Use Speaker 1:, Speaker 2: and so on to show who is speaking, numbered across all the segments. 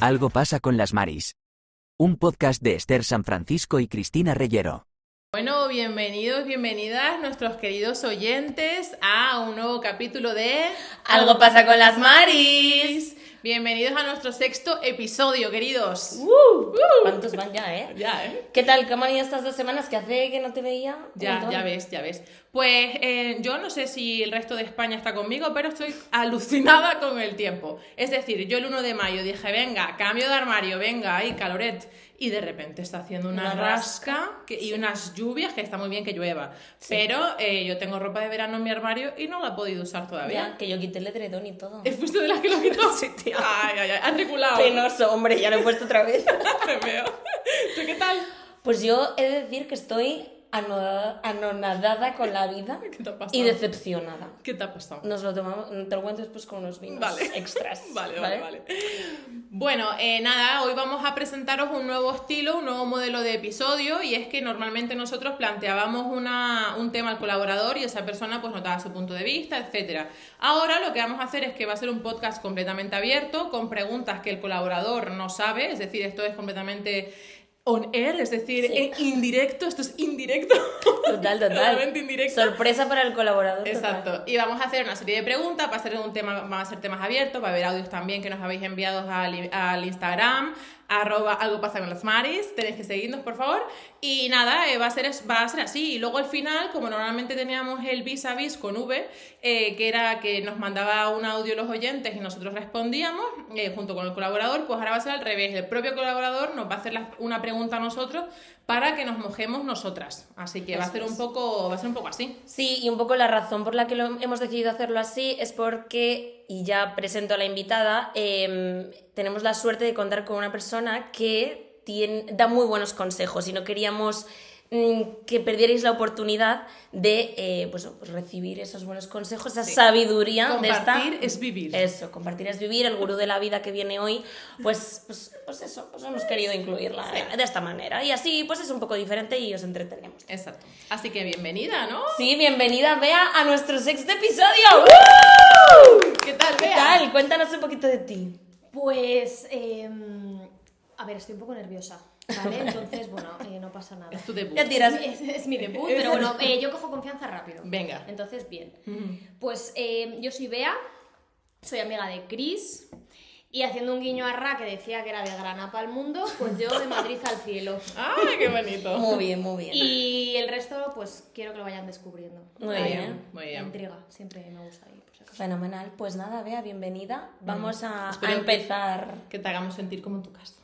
Speaker 1: Algo pasa con las Maris. Un podcast de Esther San Francisco y Cristina Reyero.
Speaker 2: Bueno, bienvenidos, bienvenidas nuestros queridos oyentes a un nuevo capítulo de
Speaker 3: Algo
Speaker 2: Ah.
Speaker 3: pasa con las Maris.
Speaker 2: Bienvenidos a nuestro sexto episodio, queridos.
Speaker 3: Uh. ¿Cuántos van ya, eh?
Speaker 2: Ya, ¿eh?
Speaker 3: ¿Qué tal? ¿Cómo han ido estas dos semanas que hace que no te veía? Un
Speaker 2: Ya,
Speaker 3: montón.
Speaker 2: ya ves, ya ves. Pues eh, yo no sé si el resto de España está conmigo, pero estoy alucinada con el tiempo. Es decir, yo el 1 de mayo dije, venga, cambio de armario, venga, ahí, caloret. Y de repente está haciendo una,
Speaker 3: Una
Speaker 2: rasca,
Speaker 3: rasca.
Speaker 2: que- y unas lluvias, que está muy bien que llueva. Pero eh, yo tengo ropa de verano en mi armario y no la he podido usar todavía.
Speaker 3: Ya, que yo quité el edredón y todo.
Speaker 2: ¿Eh, ¿Fuiste de las que lo quitó?
Speaker 3: Sí, tía.
Speaker 2: Ay, ay, ay, has reculado.
Speaker 3: Penoso, hombre, ya lo he puesto otra vez.
Speaker 2: Te veo. ¿Tú qué tal?
Speaker 3: Pues yo he de decir que estoy ano- anonadada con la vida
Speaker 2: ¿Qué te ha pasado?
Speaker 3: y decepcionada.
Speaker 2: ¿Qué te ha pasado?
Speaker 3: Nos lo tomamos, te lo cuento después con unos vinos
Speaker 2: Vale.
Speaker 3: extras.
Speaker 2: Vale, vale, vale. Bueno, eh, nada, hoy vamos a presentaros un nuevo estilo, un nuevo modelo de episodio y es que normalmente nosotros planteábamos una- un tema al colaborador y esa persona pues nos daba su punto de vista, etcétera. Ahora lo que vamos a hacer es que va a ser un podcast completamente abierto con preguntas que el colaborador no sabe, es decir, esto es completamente on air, es decir,
Speaker 3: Sí.
Speaker 2: en indirecto, esto es indirecto.
Speaker 3: Total,
Speaker 2: Totalmente
Speaker 3: total.
Speaker 2: indirecto.
Speaker 3: Sorpresa para el colaborador. total.
Speaker 2: Exacto. Y vamos a hacer una serie de preguntas, va a ser un tema, van a ser temas abiertos, va a haber audios también que nos habéis enviado al, al Instagram, arroba algo pasa con las maris, tenéis que seguirnos por favor. Y nada, eh, va, a ser, es- va a ser así. Y luego al final, como normalmente teníamos el vis a vis con V, eh, que era que nos mandaba un audio los oyentes y nosotros respondíamos eh, junto con el colaborador, pues ahora va a ser al revés. El propio colaborador nos va a hacer la- una pregunta a nosotros para que nos mojemos nosotras. Así que va a
Speaker 3: Eso
Speaker 2: ser un
Speaker 3: es.
Speaker 2: poco, va a ser un poco así.
Speaker 3: Sí, y un poco la razón por la que lo hemos decidido hacerlo así es porque, y ya presento a la invitada, em, tenemos la suerte de contar con una persona que tien- da muy buenos consejos y no queríamos mm, que perdierais la oportunidad de eh, pues, pues recibir esos buenos consejos, esa
Speaker 2: Sí.
Speaker 3: sabiduría
Speaker 2: Compartir
Speaker 3: de esta...
Speaker 2: es vivir.
Speaker 3: Eso, compartir es vivir, el gurú de la vida que viene hoy, pues, pues, pues eso, pues hemos querido incluirla eh, de esta manera. Y así pues es un poco diferente y os entretenemos.
Speaker 2: Exacto. Así que bienvenida, ¿no?
Speaker 3: Sí, bienvenida Bea a nuestro sexto episodio.
Speaker 2: ¿Qué tal,
Speaker 3: ¿Qué
Speaker 2: Bea?
Speaker 3: tal? Cuéntanos un poquito de ti.
Speaker 4: Pues, em, a ver, estoy un poco nerviosa, ¿vale? Entonces, bueno, eh, no pasa nada.
Speaker 2: Es tu debut.
Speaker 3: Ya dirás.
Speaker 4: Es, es mi debut, pero bueno, eh, yo cojo confianza rápido.
Speaker 2: Venga.
Speaker 4: Entonces, bien. Pues em, yo soy Bea, soy amiga de Cris, y haciendo un guiño a Ra que decía que era de Granapa al mundo, pues yo de Madrid al cielo.
Speaker 2: ¡Ay, qué bonito!
Speaker 3: Muy bien, muy bien.
Speaker 4: Y el resto, pues quiero que lo vayan descubriendo.
Speaker 3: Muy
Speaker 2: Muy
Speaker 3: bien.
Speaker 2: Muy
Speaker 4: Me
Speaker 2: bien.
Speaker 4: intriga, siempre me gusta ir, por si acaso.
Speaker 3: Fenomenal. Pues nada, Bea, bienvenida. Vamos a, a
Speaker 2: Mm, Espero que-
Speaker 3: empezar.
Speaker 2: Que te hagamos sentir como en tu casa.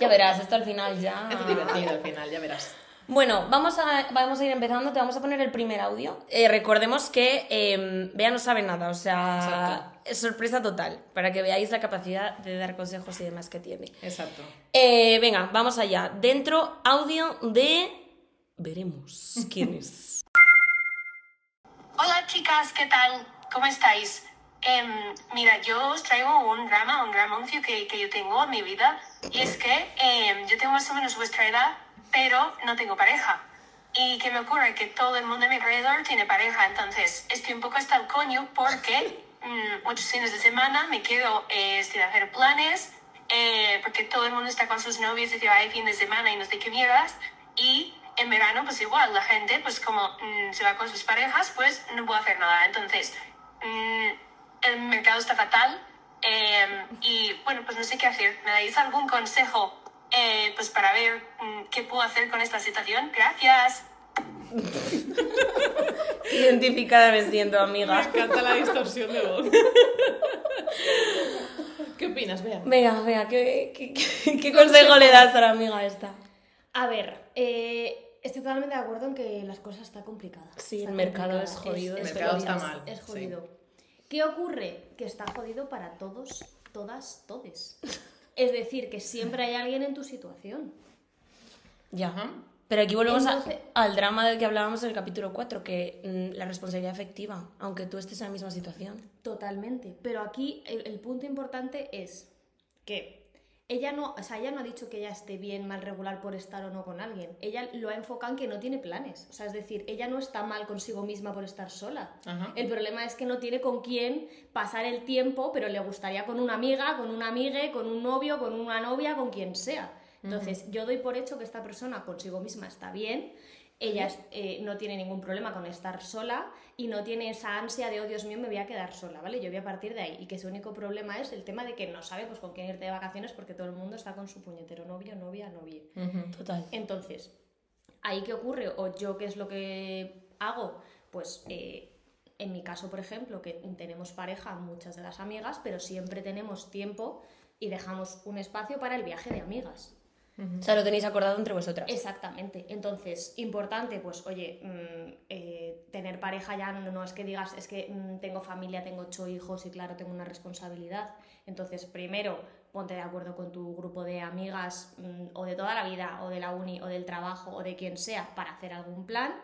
Speaker 3: Ya verás, esto al final ya.
Speaker 2: Es divertido al final, ya verás.
Speaker 3: Bueno, vamos a, vamos a ir empezando. Te vamos a poner el primer audio. Eh, recordemos que eh, Bea no sabe nada, o sea, es sorpresa total, para que veáis la capacidad de dar consejos y demás que tiene.
Speaker 2: Exacto.
Speaker 3: Eh, venga, vamos allá. Dentro, audio de. Veremos quién es.
Speaker 5: Hola chicas, ¿qué tal? ¿Cómo estáis? Em, mira, yo os traigo un drama, un anuncio que, que yo tengo en mi vida. Y es que em, yo tengo más o menos vuestra edad, pero no tengo pareja. Y que me ocurre que todo el mundo a mi alrededor tiene pareja. Entonces, estoy un poco hasta el coño porque mm, muchos fines de semana me quedo eh, sin hacer planes, eh, porque todo el mundo está con sus novios y dice, hay fin de semana y no sé qué mierdas. Y en verano, pues igual, la gente, pues como mm, se va con sus parejas, pues no puede hacer nada. Entonces, mm, el mercado está fatal eh, y bueno, pues no sé qué hacer. ¿Me dais algún consejo eh, pues para ver mm, qué puedo hacer con esta situación? Gracias.
Speaker 3: Qué Identificada me siento,
Speaker 2: Me
Speaker 3: amiga.
Speaker 2: encanta la distorsión de voz. ¿Qué opinas, Bea?
Speaker 3: Venga, venga, ¿qué, qué- qué- qué consejo le das a la amiga esta?
Speaker 4: A ver, eh, estoy totalmente de acuerdo en que las cosas están complicadas.
Speaker 3: Sí,
Speaker 4: Está
Speaker 3: el mercado
Speaker 4: complicada,
Speaker 3: es jodido,
Speaker 2: El mercado está
Speaker 4: jodido,
Speaker 2: mal,
Speaker 4: Es
Speaker 2: sí.
Speaker 4: jodido. ¿Qué ocurre? Que está jodido para todos, todas, todes. Es decir, que siempre hay alguien en tu situación.
Speaker 3: Ya.
Speaker 2: Ajá.
Speaker 3: Pero aquí volvemos a-
Speaker 4: Entonces-
Speaker 3: al drama del que hablábamos en el capítulo 4, que mm, la responsabilidad afectiva, aunque tú estés en la misma situación.
Speaker 4: Totalmente. Pero aquí el, el punto importante es que ella no, o sea, ella no ha dicho que ella esté bien, mal, regular por estar o no con alguien. Ella lo ha enfocado en que no tiene planes. O sea, es decir, ella no está mal consigo misma por estar sola.
Speaker 2: Ajá.
Speaker 4: El problema es que no tiene con quién pasar el tiempo, pero le gustaría con una amiga, con una amigue, con un novio, con una novia, con quien sea. Entonces, yo doy por hecho que esta persona consigo misma está bien, ella es- eh, no tiene ningún problema con estar sola y no tiene esa ansia de, oh Dios mío, me voy a quedar sola, ¿vale? Yo voy a partir de ahí. Y que su único problema es el tema de que no sabe pues, con quién irte de vacaciones porque todo el mundo está con su puñetero novio, novia, novia.
Speaker 3: Total.
Speaker 4: Entonces, ¿ahí qué ocurre? ¿O yo qué es lo que hago? Pues eh, en mi caso, por ejemplo, que tenemos pareja muchas de las amigas, pero siempre tenemos tiempo y dejamos un espacio para el viaje de amigas.
Speaker 3: O sea, lo tenéis acordado entre vosotras.
Speaker 4: Exactamente. Entonces, importante, pues, oye, mm, eh, tener pareja ya no, no es que digas, es que mm, tengo familia, tengo ocho hijos y claro, tengo una responsabilidad. Entonces, primero, ponte de acuerdo con tu grupo de amigas mm, o de toda la vida, o de la uni, o del trabajo, o de quien sea, para hacer algún plan.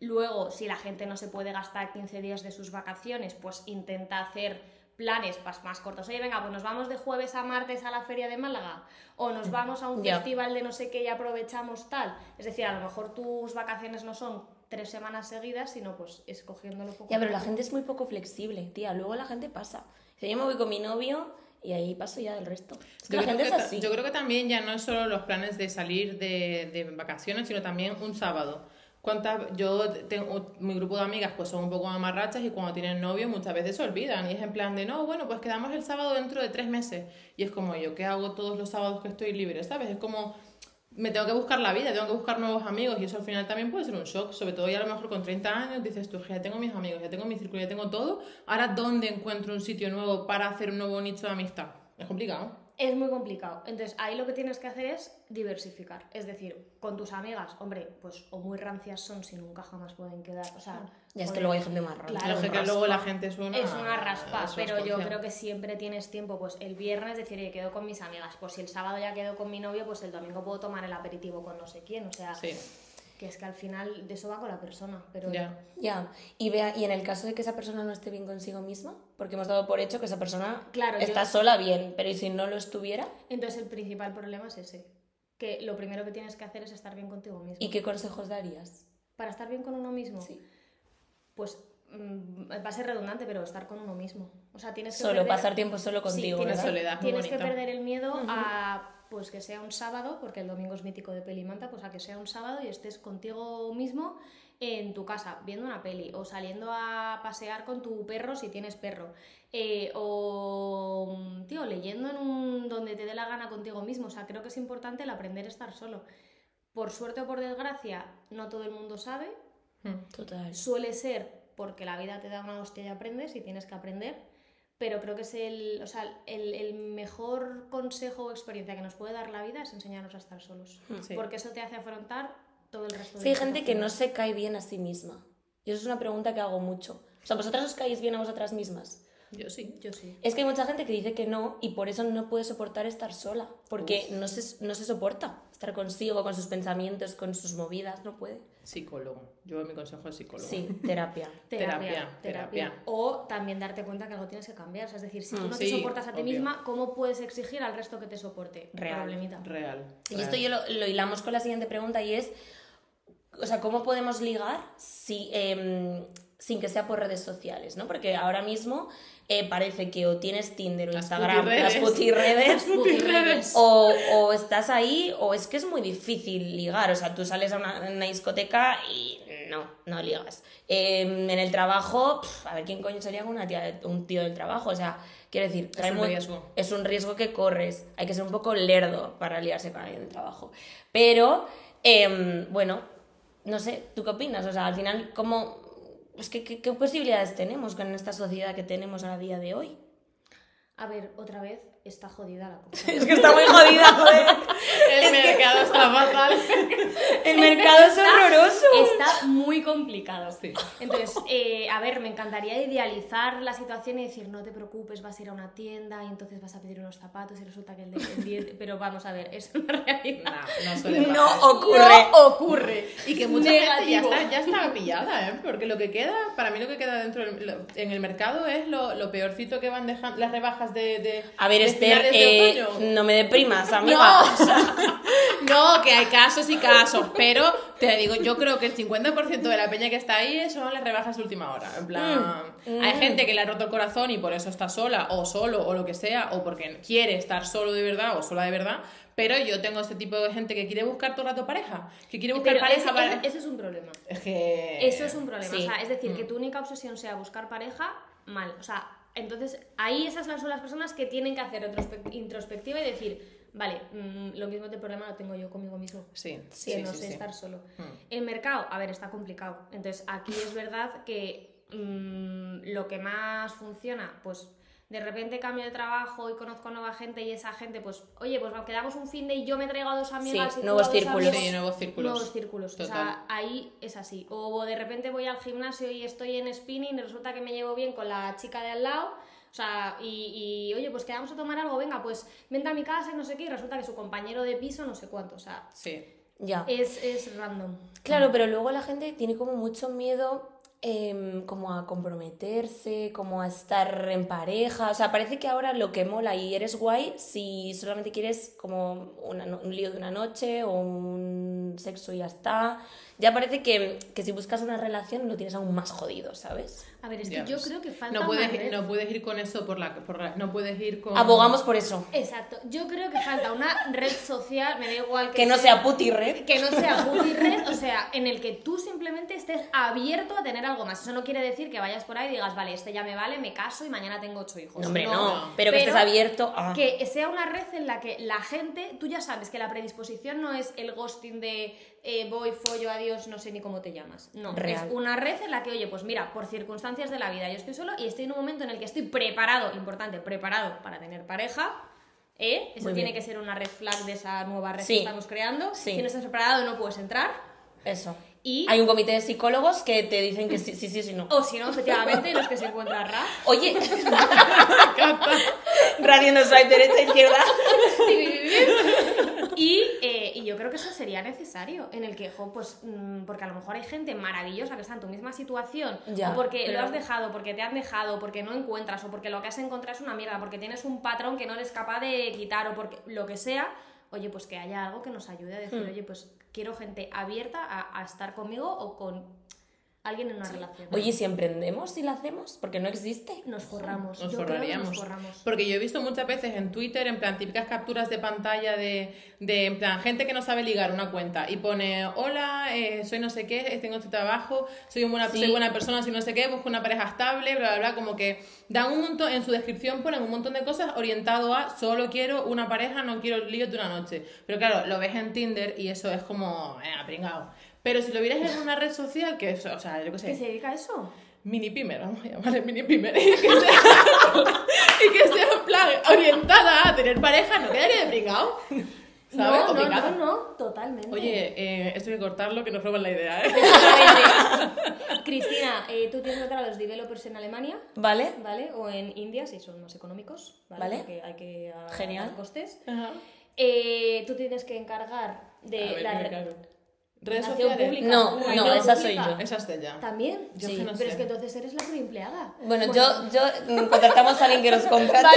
Speaker 4: Luego, si la gente no se puede gastar 15 días de sus vacaciones, pues intenta hacer planes pas- más cortos. Oye, venga, pues nos vamos de jueves a martes a la feria de Málaga o nos vamos a un
Speaker 3: Mm, Ya.
Speaker 4: festival de no sé qué y aprovechamos tal. Es decir, a lo mejor tus vacaciones no son tres semanas seguidas, sino pues escogiéndolo poco.
Speaker 3: Ya, pero
Speaker 4: a
Speaker 3: la
Speaker 4: poco.
Speaker 3: gente es muy poco flexible, tía. Luego la gente pasa. O sea, yo me voy con mi novio y ahí paso ya del resto. Es que
Speaker 2: Yo
Speaker 3: la
Speaker 2: creo
Speaker 3: gente
Speaker 2: que
Speaker 3: es
Speaker 2: ta-
Speaker 3: así.
Speaker 2: yo creo que también ya no es solo los planes de salir de, de vacaciones, sino también un sábado. ¿Cuántas, yo tengo mi grupo de amigas pues son un poco amarrachas y cuando tienen novio muchas veces se olvidan y es en plan de no, bueno, pues quedamos el sábado dentro de tres meses y es como yo, ¿qué hago todos los sábados que estoy libre? ¿Sabes? Es como me tengo que buscar la vida, tengo que buscar nuevos amigos y eso al final también puede ser un shock, sobre todo ya a lo mejor con 30 años dices tú, "Je, ya tengo mis amigos, ya tengo mi círculo, ya tengo todo, ahora ¿dónde encuentro un sitio nuevo para hacer un nuevo nicho de amistad? Es complicado.
Speaker 4: Es muy complicado. Entonces, ahí lo que tienes que hacer es diversificar. Es decir, con tus amigas, hombre, pues o muy rancias son si nunca jamás pueden quedar. O sea,
Speaker 3: Ya es que
Speaker 4: joder.
Speaker 3: luego hay gente más rara.
Speaker 4: Claro,
Speaker 2: Lo que
Speaker 4: raspa.
Speaker 2: luego la gente es una,
Speaker 4: Es una raspa,
Speaker 2: es una
Speaker 4: pero yo
Speaker 2: escocia.
Speaker 4: creo que siempre tienes tiempo, pues el viernes decir, oye, quedo con mis amigas, pues si el sábado ya quedo con mi novio, pues el domingo puedo tomar el aperitivo con no sé quién, o sea,
Speaker 2: Sí,
Speaker 4: que es que al final de eso va con la persona, pero
Speaker 2: ya.
Speaker 3: Ya. Y vea, y en el caso de que esa persona no esté bien consigo misma, porque hemos dado por hecho que esa persona
Speaker 4: Claro,
Speaker 3: está
Speaker 4: yo-
Speaker 3: sola bien, pero ¿y si no lo estuviera?
Speaker 4: entonces el principal problema es ese, que lo primero que tienes que hacer es estar bien contigo mismo.
Speaker 3: ¿Y qué consejos darías?
Speaker 4: Para estar bien con uno mismo,
Speaker 3: Sí.
Speaker 4: pues mm, va a ser redundante, pero estar con uno mismo. O sea, tienes que
Speaker 3: Solo
Speaker 4: perder-
Speaker 3: pasar tiempo solo
Speaker 4: Pues Sí,
Speaker 3: contigo,
Speaker 4: tienes,
Speaker 3: ¿verdad?
Speaker 2: soledad. muy
Speaker 4: tienes que
Speaker 2: bonito.
Speaker 4: perder el miedo a pues que sea un sábado, porque el domingo es mítico de Pelimanta, pues a que sea un sábado y estés contigo mismo en tu casa, viendo una peli, o saliendo a pasear con tu perro si tienes perro, eh, o mm, tío, leyendo en un donde te dé la gana contigo mismo. O sea, creo que es importante el aprender a estar solo. Por suerte o por desgracia, no todo el mundo sabe,
Speaker 2: Hmm.
Speaker 3: Total.
Speaker 4: suele ser porque la vida te da una hostia y aprendes y tienes que aprender, pero creo que es el, o sea, el, el mejor consejo o experiencia que nos puede dar la vida es enseñarnos a estar solos,
Speaker 2: Hmm, Sí.
Speaker 4: porque eso te hace afrontar todo el resto
Speaker 3: Es
Speaker 4: de
Speaker 3: que hay gente que no
Speaker 4: situaciones.
Speaker 3: se cae bien a sí misma. Y eso es una pregunta que hago mucho. O sea, ¿vosotras os caéis bien a vosotras mismas?
Speaker 2: Yo sí.
Speaker 4: Yo sí.
Speaker 3: Es que hay mucha gente que dice que no y por eso no puede soportar estar sola. Porque no se, no se soporta estar consigo, con sus pensamientos, con sus movidas, no puede.
Speaker 2: Psicólogo. Yo mi consejo es psicólogo.
Speaker 3: Sí, terapia.
Speaker 2: Terapia,
Speaker 4: Terapia, terapia,
Speaker 2: terapia. Hmm,
Speaker 4: O también darte cuenta que algo tienes que cambiar. O sea, es decir, si tú no
Speaker 2: sí,
Speaker 4: te soportas a ti
Speaker 2: obvio.
Speaker 4: misma, ¿cómo puedes exigir al resto que te soporte?
Speaker 3: Real,
Speaker 4: Problemita.
Speaker 2: Real.
Speaker 3: Y
Speaker 2: real.
Speaker 3: esto yo lo, lo hilamos con la siguiente pregunta y es, o sea, ¿cómo podemos ligar si, em, sin que sea por redes sociales? ¿no? Porque ahora mismo eh, parece que o tienes Tinder o
Speaker 2: Las
Speaker 3: Instagram, las
Speaker 2: putiredes.
Speaker 3: putirredes,
Speaker 2: putiredes.
Speaker 3: o, o estás ahí o es que es muy difícil ligar. O sea, tú sales a una, a una discoteca y no, no ligas. Em, en el trabajo, pf, a ver quién coño sería con una tía- un tío del trabajo. O sea, quiero decir, trae
Speaker 2: un
Speaker 3: muy-
Speaker 2: riesgo.
Speaker 3: es un riesgo que corres. Hay que ser un poco lerdo para liarse con alguien del trabajo. Pero, em, bueno, no sé, ¿tú qué opinas? O sea, al final, ¿cómo, es que, ¿qué, qué posibilidades tenemos con esta sociedad que tenemos a día de hoy?
Speaker 4: A ver, otra vez está jodida la cosa.
Speaker 3: Es que está muy jodida, joder.
Speaker 2: Es el mercado está fatal.
Speaker 3: El mercado es
Speaker 4: Está-
Speaker 3: horroroso.
Speaker 4: Está muy complicado.
Speaker 2: Sí.
Speaker 4: Entonces, eh, a ver, me encantaría idealizar la situación y decir, no te preocupes, vas a ir a una tienda y entonces vas a pedir unos zapatos y resulta que el de el 10", Pero vamos a ver, es una
Speaker 2: No,
Speaker 4: realidad.
Speaker 2: no suele pasar.
Speaker 3: No ocurre.
Speaker 4: No ocurre.
Speaker 2: Y que mucha gente ya
Speaker 4: Negativo.
Speaker 2: está, ya está pillada, ¿eh? Porque lo que queda, para mí lo que queda dentro del- lo- en el mercado es lo, lo peorcito que van dejando las rebajas de, de
Speaker 3: A ver,
Speaker 2: de
Speaker 3: Esther,
Speaker 2: finales de
Speaker 3: eh,
Speaker 2: otoño.
Speaker 3: no me deprimas, amiga.
Speaker 2: No, o sea, no, que hay casos y casos, pero te digo, yo creo que el 50% de la peña que está ahí son las rebajas de última hora. En plan,
Speaker 4: Mm.
Speaker 2: hay gente que le ha roto el corazón y por eso está sola, o solo, o lo que sea, o porque quiere estar solo de verdad o sola de verdad. Pero yo tengo este tipo de gente que quiere buscar todo el rato pareja, que quiere buscar
Speaker 4: Pero
Speaker 2: pareja
Speaker 4: ese-
Speaker 2: para. Eh,
Speaker 4: ese- eso es un problema.
Speaker 2: Es que.
Speaker 4: Eso es un problema.
Speaker 3: sí.
Speaker 4: O sea, es decir,
Speaker 2: Mm.
Speaker 4: que tu única obsesión sea buscar pareja, mal. O sea, entonces ahí esas son las personas que tienen que hacer retrospec- introspectiva y decir, vale, mm, lo mismo de problema lo tengo yo conmigo mismo.
Speaker 2: Sí,
Speaker 4: Sí,
Speaker 2: sí,
Speaker 4: no
Speaker 2: sí,
Speaker 4: sé
Speaker 2: sí.
Speaker 4: estar solo.
Speaker 2: Hmm.
Speaker 4: El mercado, a ver, está complicado. Entonces, aquí es verdad que mm, lo que más funciona, pues de repente cambio de trabajo y conozco nueva gente y esa gente, pues, oye, pues nos quedamos un fin de y yo me traigo a dos amigas y tú a
Speaker 3: nuevos
Speaker 4: dos
Speaker 3: círculos.
Speaker 4: amigos.
Speaker 2: Sí, nuevos círculos.
Speaker 4: Nuevos círculos. O
Speaker 2: Total.
Speaker 4: sea, ahí es así. O de repente voy al gimnasio y estoy en spinning y resulta que me llevo bien con la chica de al lado. O sea, y, y, oye, pues quedamos a tomar algo, venga, pues vente a mi casa y no sé qué, y resulta que su compañero de piso no sé cuánto, o sea,
Speaker 2: Sí.
Speaker 3: Ya.
Speaker 4: es, es random.
Speaker 3: eh, Claro, pero luego la gente tiene como mucho miedo em, como a comprometerse, como a estar en pareja. O sea, parece que ahora lo que mola y eres guay si solamente quieres como una no- un lío de una noche o un sexo y ya está. Ya parece que, que si buscas una relación lo tienes aún más jodido, ¿sabes?
Speaker 4: A ver, es
Speaker 2: Ya
Speaker 4: que yo
Speaker 2: ves.
Speaker 4: creo que falta ¿eh?
Speaker 2: No puedes,
Speaker 4: madurez.
Speaker 2: no puedes ir con eso por la, por la- No puedes ir
Speaker 3: Oh.
Speaker 2: con.
Speaker 3: Abogamos por eso.
Speaker 4: Exacto, yo creo que falta una red social, me da igual que,
Speaker 3: Que no sea puti red.
Speaker 4: que no sea booty red, o sea, en el que tú simplemente estés abierto a tener algo más. Eso no quiere decir que vayas por ahí y digas, vale, este ya me vale, me caso y mañana tengo ocho hijos.
Speaker 3: No, hombre, no.
Speaker 2: no.
Speaker 3: Pero que estés abierto a...
Speaker 4: Que sea una red en la que la gente, tú ya sabes que la predisposición no es el ghosting de eh, voy, follo, adiós, no sé ni cómo te llamas. No,
Speaker 3: Real.
Speaker 4: es una red en la que, oye, pues mira, por circunstancias de la vida yo estoy solo y estoy en un momento en el que estoy preparado, importante, preparado para tener pareja. ¿eh? Eso
Speaker 3: Muy
Speaker 4: tiene
Speaker 3: bien.
Speaker 4: que ser una red flag de esa nueva red
Speaker 3: Sí.
Speaker 4: que estamos creando.
Speaker 3: Sí.
Speaker 4: Si no estás preparado no puedes entrar.
Speaker 3: Eso.
Speaker 4: Y-
Speaker 3: Hay un comité de psicólogos que te dicen que sí, sí, sí, sí, no.
Speaker 4: O si no, efectivamente, los que se encuentran rap.
Speaker 3: Oye, radio no swipe derecha izquierda.
Speaker 4: Y, eh, y yo creo que eso sería necesario, en el que, jo, pues, mm, porque a lo mejor hay gente maravillosa que está en tu misma situación,
Speaker 3: Ya,
Speaker 4: o porque
Speaker 2: pero-
Speaker 4: lo has dejado, porque te han dejado, porque no encuentras, o porque lo que has encontrado es una mierda, porque tienes un patrón que no eres capaz de quitar, o porque lo que sea, oye, pues que haya algo que nos ayude a
Speaker 3: Hmm.
Speaker 4: decir, oye, pues quiero gente abierta a, a estar conmigo o con alguien en una relación.
Speaker 3: Oye, ¿y si emprendemos y la hacemos? Porque no existe.
Speaker 4: nos forramos,
Speaker 2: Nos
Speaker 4: yo creo que
Speaker 2: forraríamos.
Speaker 4: nos forramos.
Speaker 2: Porque yo he visto muchas veces en Twitter, en plan, típicas capturas de pantalla de, de, en plan, gente que no sabe ligar una cuenta y pone, hola, eh, soy no sé qué, eh, tengo este trabajo, soy una
Speaker 3: Sí.
Speaker 2: soy buena persona, soy no sé qué, busco una pareja estable, bla, bla, bla, como que dan un montón, en su descripción ponen un montón de cosas orientado a, solo quiero una pareja, no quiero líos de una noche. Pero claro, lo ves en Tinder y eso es como, eh, pringao. Pero si lo vieras en una red social, que eso, o sea, yo qué sé.
Speaker 4: ¿Qué se dedica a eso?
Speaker 2: mini pimer, vamos a llamarle mini pimer, y que sea, y que sea en plan orientada a tener pareja, no quedaría de pringao. ¿Sabes?
Speaker 4: No, no,
Speaker 2: Complicado.
Speaker 4: no, no, totalmente.
Speaker 2: Oye, eh, esto hay que cortarlo, que nos roban la idea, ¿eh?
Speaker 4: Exactamente. Cristina, eh, tú tienes notado a los developers en Alemania,
Speaker 3: ¿Vale?
Speaker 4: ¿vale? O en India, si son más económicos, ¿vale?
Speaker 3: Vale.
Speaker 4: Porque hay que ah,
Speaker 3: Genial.
Speaker 4: dar costes.
Speaker 2: Ajá.
Speaker 4: Eh, tú tienes que encargar de
Speaker 2: A ver,
Speaker 4: la
Speaker 2: me
Speaker 4: re-
Speaker 2: cago. Redes
Speaker 4: relación
Speaker 2: sociales.
Speaker 4: pública.
Speaker 3: No,
Speaker 4: Uy,
Speaker 3: no, esa soy yo.
Speaker 2: Esa es de ya.
Speaker 4: ¿También?
Speaker 2: Yo
Speaker 3: Sí.
Speaker 2: que no
Speaker 4: Pero
Speaker 2: sé.
Speaker 4: es que entonces eres la empleada.
Speaker 3: Bueno, yo, yo mm, contratamos a alguien que nos contrate.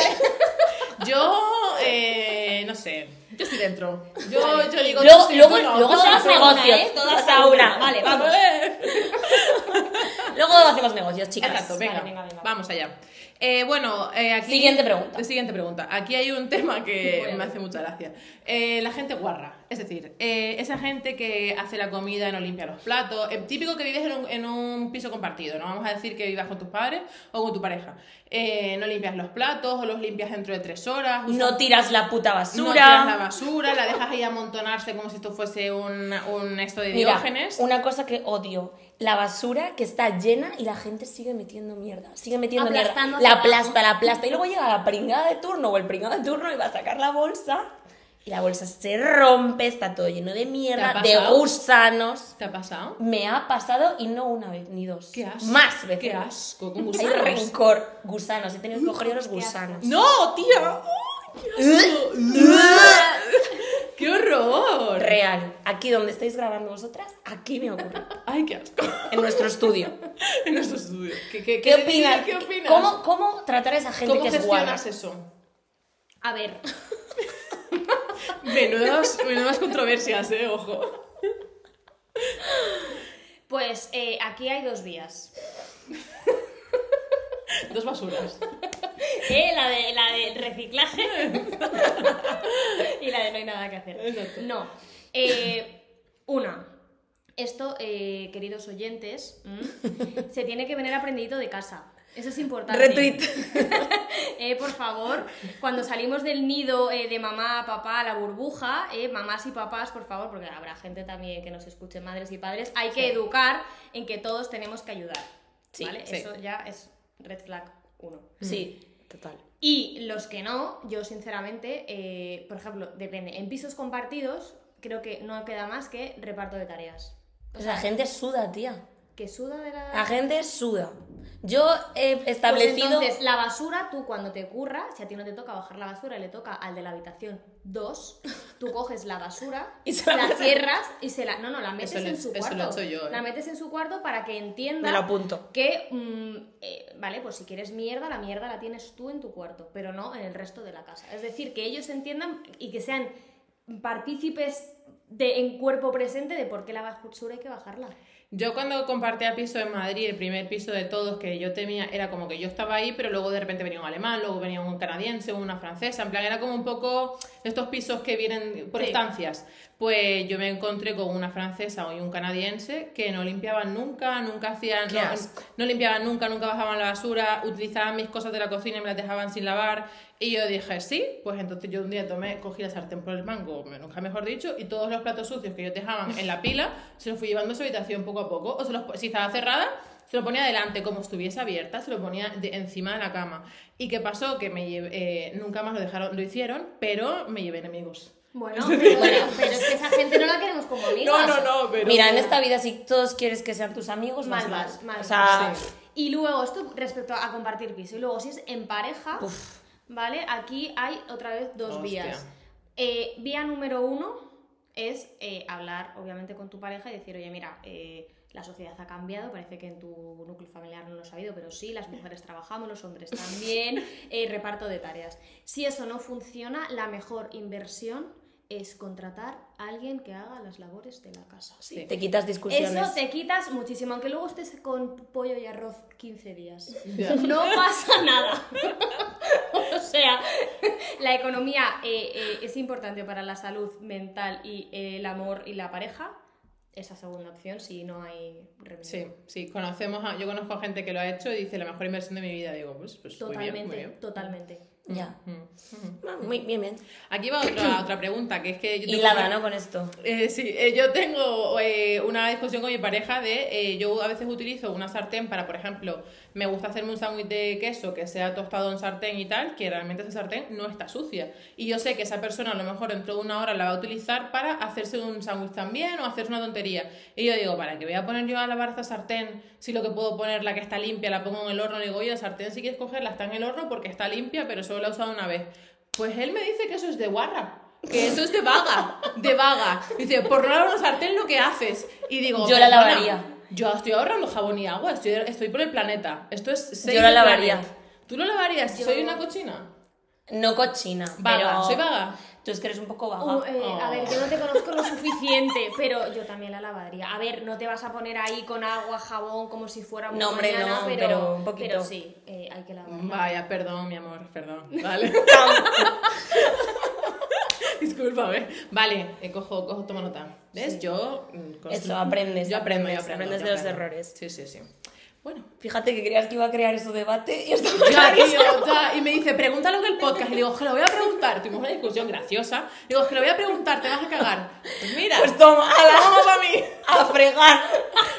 Speaker 2: Yo, eh, no sé. Yo estoy dentro. Yo, yo digo.
Speaker 3: Luego,
Speaker 2: no sé,
Speaker 3: luego,
Speaker 2: tú no,
Speaker 3: luego
Speaker 2: tú
Speaker 3: hacemos
Speaker 2: no.
Speaker 4: a una,
Speaker 3: negocios.
Speaker 4: ¿eh?
Speaker 3: Todas
Speaker 4: Todas
Speaker 3: a una.
Speaker 4: a una.
Speaker 3: Vale,
Speaker 2: A
Speaker 3: vamos.
Speaker 2: ver.
Speaker 3: Luego hacemos negocios, chicas.
Speaker 2: Exacto, venga,
Speaker 4: venga, venga.
Speaker 2: vamos allá. Eh, bueno, eh, aquí...
Speaker 3: Siguiente pregunta.
Speaker 2: Siguiente pregunta. Aquí hay un tema que me hace mucha gracia. Eh, la gente guarra, es decir, eh, esa gente que hace la comida, no limpia los platos, eh, típico que vives en un, en un piso compartido, no vamos a decir que vivas con tus padres o con tu pareja. Eh, no limpias los platos o los limpias dentro de tres horas. usas-
Speaker 3: No tiras la puta
Speaker 2: no tiras la
Speaker 3: basura.
Speaker 2: basura, la dejas ahí amontonarse como si esto fuese un, un esto de
Speaker 3: Mira,
Speaker 2: diógenes.
Speaker 3: una cosa que odio, la basura que está llena y la gente sigue metiendo mierda, sigue metiendo mierda,
Speaker 4: Aplastando
Speaker 3: la
Speaker 4: hacia abajo.
Speaker 3: aplasta, la aplasta y luego llega la pringada de turno o el pringado de turno y va a sacar la bolsa Y la bolsa se rompe, está todo lleno de
Speaker 2: ¿Te
Speaker 3: mierda,
Speaker 2: ha
Speaker 3: de
Speaker 2: pasado?
Speaker 3: gusanos.
Speaker 2: ¿Te ha pasado?
Speaker 3: Me ha pasado y no una vez ni dos.
Speaker 2: Qué asco.
Speaker 3: Más veces.
Speaker 2: Qué asco, con
Speaker 3: Hay
Speaker 2: gusanos.
Speaker 3: rencor, gusanos. He tenido que coger yo los gusanos.
Speaker 2: ¡No, tía! ¡Ay, ¡Qué horror!
Speaker 3: Real. Aquí donde estáis grabando vosotras, aquí me ocurre.
Speaker 2: ¡Ay, qué asco!
Speaker 3: En nuestro estudio.
Speaker 2: En nuestro estudio. ¿Qué, qué,
Speaker 3: ¿Qué opinas?
Speaker 2: ¿Qué opinas?
Speaker 3: ¿Cómo, cómo tratar a esa gente
Speaker 2: ¿Cómo
Speaker 3: que es guana?
Speaker 2: gestionas eso?
Speaker 4: A ver,
Speaker 2: Menudas, menudas controversias, eh, ojo.
Speaker 4: pues eh, aquí hay dos vías.
Speaker 2: Dos basuras.
Speaker 4: Eh, La, de, la del reciclaje y la de no hay nada que hacer.
Speaker 2: Exacto.
Speaker 4: No. Eh, una. Esto, eh, queridos oyentes,
Speaker 2: Mm.
Speaker 4: ¿m? se tiene que venir aprendido de casa. Eso es importante. Eh, por favor, cuando salimos del nido eh, de mamá, papá, la burbuja, eh, mamás y papás, por favor, porque habrá gente también que nos escuche, madres y padres, hay que educar en que todos tenemos que ayudar.
Speaker 3: Sí,
Speaker 4: ¿vale?
Speaker 2: sí.
Speaker 4: Eso ya es red flag uno.
Speaker 3: Sí, total.
Speaker 4: Y los que no, yo sinceramente, eh, por ejemplo, depende. En pisos compartidos, creo que no queda más que reparto de tareas.
Speaker 3: Pues la gente suda, tía.
Speaker 4: Que suda de la.
Speaker 3: La gente suda. Yo he
Speaker 4: Pues
Speaker 3: Ah, establecido.
Speaker 4: entonces, la basura, tú cuando te curra, si a ti no te toca bajar la basura y le toca al de la habitación 2, tú coges la basura,
Speaker 3: Y se la
Speaker 4: la
Speaker 3: metes.
Speaker 4: cierras y se la. No, no, la metes
Speaker 2: Eso lo-
Speaker 4: en su
Speaker 2: eso
Speaker 4: cuarto.
Speaker 2: lo he hecho yo, ¿eh?
Speaker 4: La metes en su cuarto para que entienda.
Speaker 3: Me lo apunto.
Speaker 4: Que, mm, eh, vale, pues si quieres mierda, la mierda la tienes tú en tu cuarto, pero no en el resto de la casa. Es decir, que ellos entiendan y que sean partícipes de, en cuerpo presente de por qué la basura hay que bajarla.
Speaker 2: Yo cuando compartía piso en Madrid, el primer piso de todos que yo tenía, era como que yo estaba ahí, pero luego de repente venía un alemán, luego venía un canadiense, una francesa, en plan era como un poco estos pisos que vienen por
Speaker 4: Sí.
Speaker 2: estancias. Pues yo me encontré con una francesa y un canadiense que no limpiaban nunca, nunca hacían,
Speaker 3: Qué
Speaker 2: no,
Speaker 3: asco.
Speaker 2: no limpiaban nunca, nunca bajaban la basura, utilizaban mis cosas de la cocina y me las dejaban sin lavar. Y yo dije, sí, pues entonces yo un día tomé, cogí la sartén por el mango, nunca mejor dicho, y todos los platos sucios que ellos dejaban en la pila, se los fui llevando a su habitación poco a poco. O se los, po- si estaba cerrada, se lo ponía delante, como estuviese abierta, se lo ponía de- encima de la cama. ¿Y qué pasó? Que me llevé- eh, nunca más lo dejaron, lo hicieron, pero me llevé enemigos.
Speaker 4: Bueno, pero, pero es que esa gente no la queremos como amigas.
Speaker 2: No, no, no, pero...
Speaker 3: Mira, en esta vida, si todos quieres que sean tus amigos, más
Speaker 4: Malvas,
Speaker 3: mal. O
Speaker 4: malvas.
Speaker 3: sea,
Speaker 2: Sí.
Speaker 4: Y luego, esto respecto a compartir piso. Y luego, si es en pareja,
Speaker 3: Uf.
Speaker 4: ¿vale? Aquí hay otra vez dos
Speaker 2: Hostia.
Speaker 4: vías. Eh, vía número uno es eh, hablar, obviamente, con tu pareja y decir, oye, mira, eh, la sociedad ha cambiado, parece que en tu núcleo familiar no lo has habido, pero sí, las mujeres trabajamos, los hombres también, eh, reparto de tareas. Si eso no funciona, la mejor inversión es contratar a alguien que haga las labores de la casa.
Speaker 2: Sí.
Speaker 3: te quitas discusiones.
Speaker 4: Eso te quitas muchísimo, aunque luego estés con pollo y arroz 15 días.
Speaker 2: Ya.
Speaker 4: No pasa nada. o sea, la economía eh, eh, es importante para la salud mental y eh, el amor y la pareja. Esa segunda opción, si no hay remedio.
Speaker 2: Sí, sí, conocemos a- yo conozco a gente que lo ha hecho y dice la mejor inversión de mi vida. Digo, pues, pues muy bien,
Speaker 4: Totalmente,
Speaker 2: muy bien.
Speaker 4: totalmente.
Speaker 3: Ya.
Speaker 2: Mm, mm.
Speaker 3: Ah, Muy bien, bien.
Speaker 2: Aquí va otra, otra pregunta, que es que yo
Speaker 3: Y
Speaker 2: tengo,
Speaker 3: Lada, ¿no? Con esto.
Speaker 2: Eh, sí, eh, yo tengo eh, una discusión con mi pareja de, eh, yo a veces utilizo una sartén para, por ejemplo, me gusta hacerme un sándwich de queso que sea tostado en sartén y tal, que realmente esa sartén no está sucia. Y yo sé que esa persona a lo mejor dentro de una hora la va a utilizar para hacerse un sándwich también o hacerse una tontería. Y yo digo, ¿para qué voy a poner yo a lavar esta sartén si lo que puedo poner, la que está limpia, la pongo en el horno? Le digo, oye, la sartén si quieres cogerla está en el horno porque está limpia, pero solo la he usado una vez. Pues él me dice que eso es de guarra. Que eso es de vaga, de vaga. Dice, por no lavar una sartén lo que haces. Y digo,
Speaker 3: Yo la
Speaker 2: "Perdona,
Speaker 3: lavaría".
Speaker 2: Yo estoy ahorrando jabón y agua, estoy, estoy por el planeta. Esto es save
Speaker 3: Yo la
Speaker 2: the
Speaker 3: lavaría.
Speaker 2: planet. ¿Tú lo lavarías?
Speaker 4: Yo-
Speaker 2: ¿Soy una cochina?
Speaker 3: No cochina.
Speaker 2: Vaga,
Speaker 3: pero-
Speaker 2: soy vaga.
Speaker 3: Tú es que eres un poco vaga.
Speaker 4: Uh, eh, A ver, yo no te conozco lo suficiente, pero yo también la lavaría. A ver, no te vas a poner ahí con agua, jabón, como si fuera una
Speaker 3: No, hombre,
Speaker 4: mañana,
Speaker 3: no,
Speaker 4: pero,
Speaker 3: pero un poquito.
Speaker 4: pero sí, eh, hay que lavarla.
Speaker 2: Vaya, perdón, mi amor, perdón. Vale. Discúlpame. Vale, eh, cojo, cojo, tomo nota. ¿Ves? Yo. mm, cos-
Speaker 3: Eso, aprendes,
Speaker 2: Yo aprendo,
Speaker 3: aprendes,
Speaker 2: yo aprendo.
Speaker 3: aprendes
Speaker 2: yo
Speaker 3: de los
Speaker 2: aprendo.
Speaker 3: errores.
Speaker 2: Sí, sí, sí. Bueno.
Speaker 3: Fíjate que creías que iba a crear ese debate y esto
Speaker 2: Ya, tío, ya. Y me dice, pregúntalo del podcast. Y le digo, que lo voy a preguntar. Tuvimos una discusión graciosa. Le digo, que lo voy a preguntar, te vas a cagar. Pues mira.
Speaker 3: Pues toma, ala.
Speaker 2: vamos para mí.
Speaker 3: a fregar.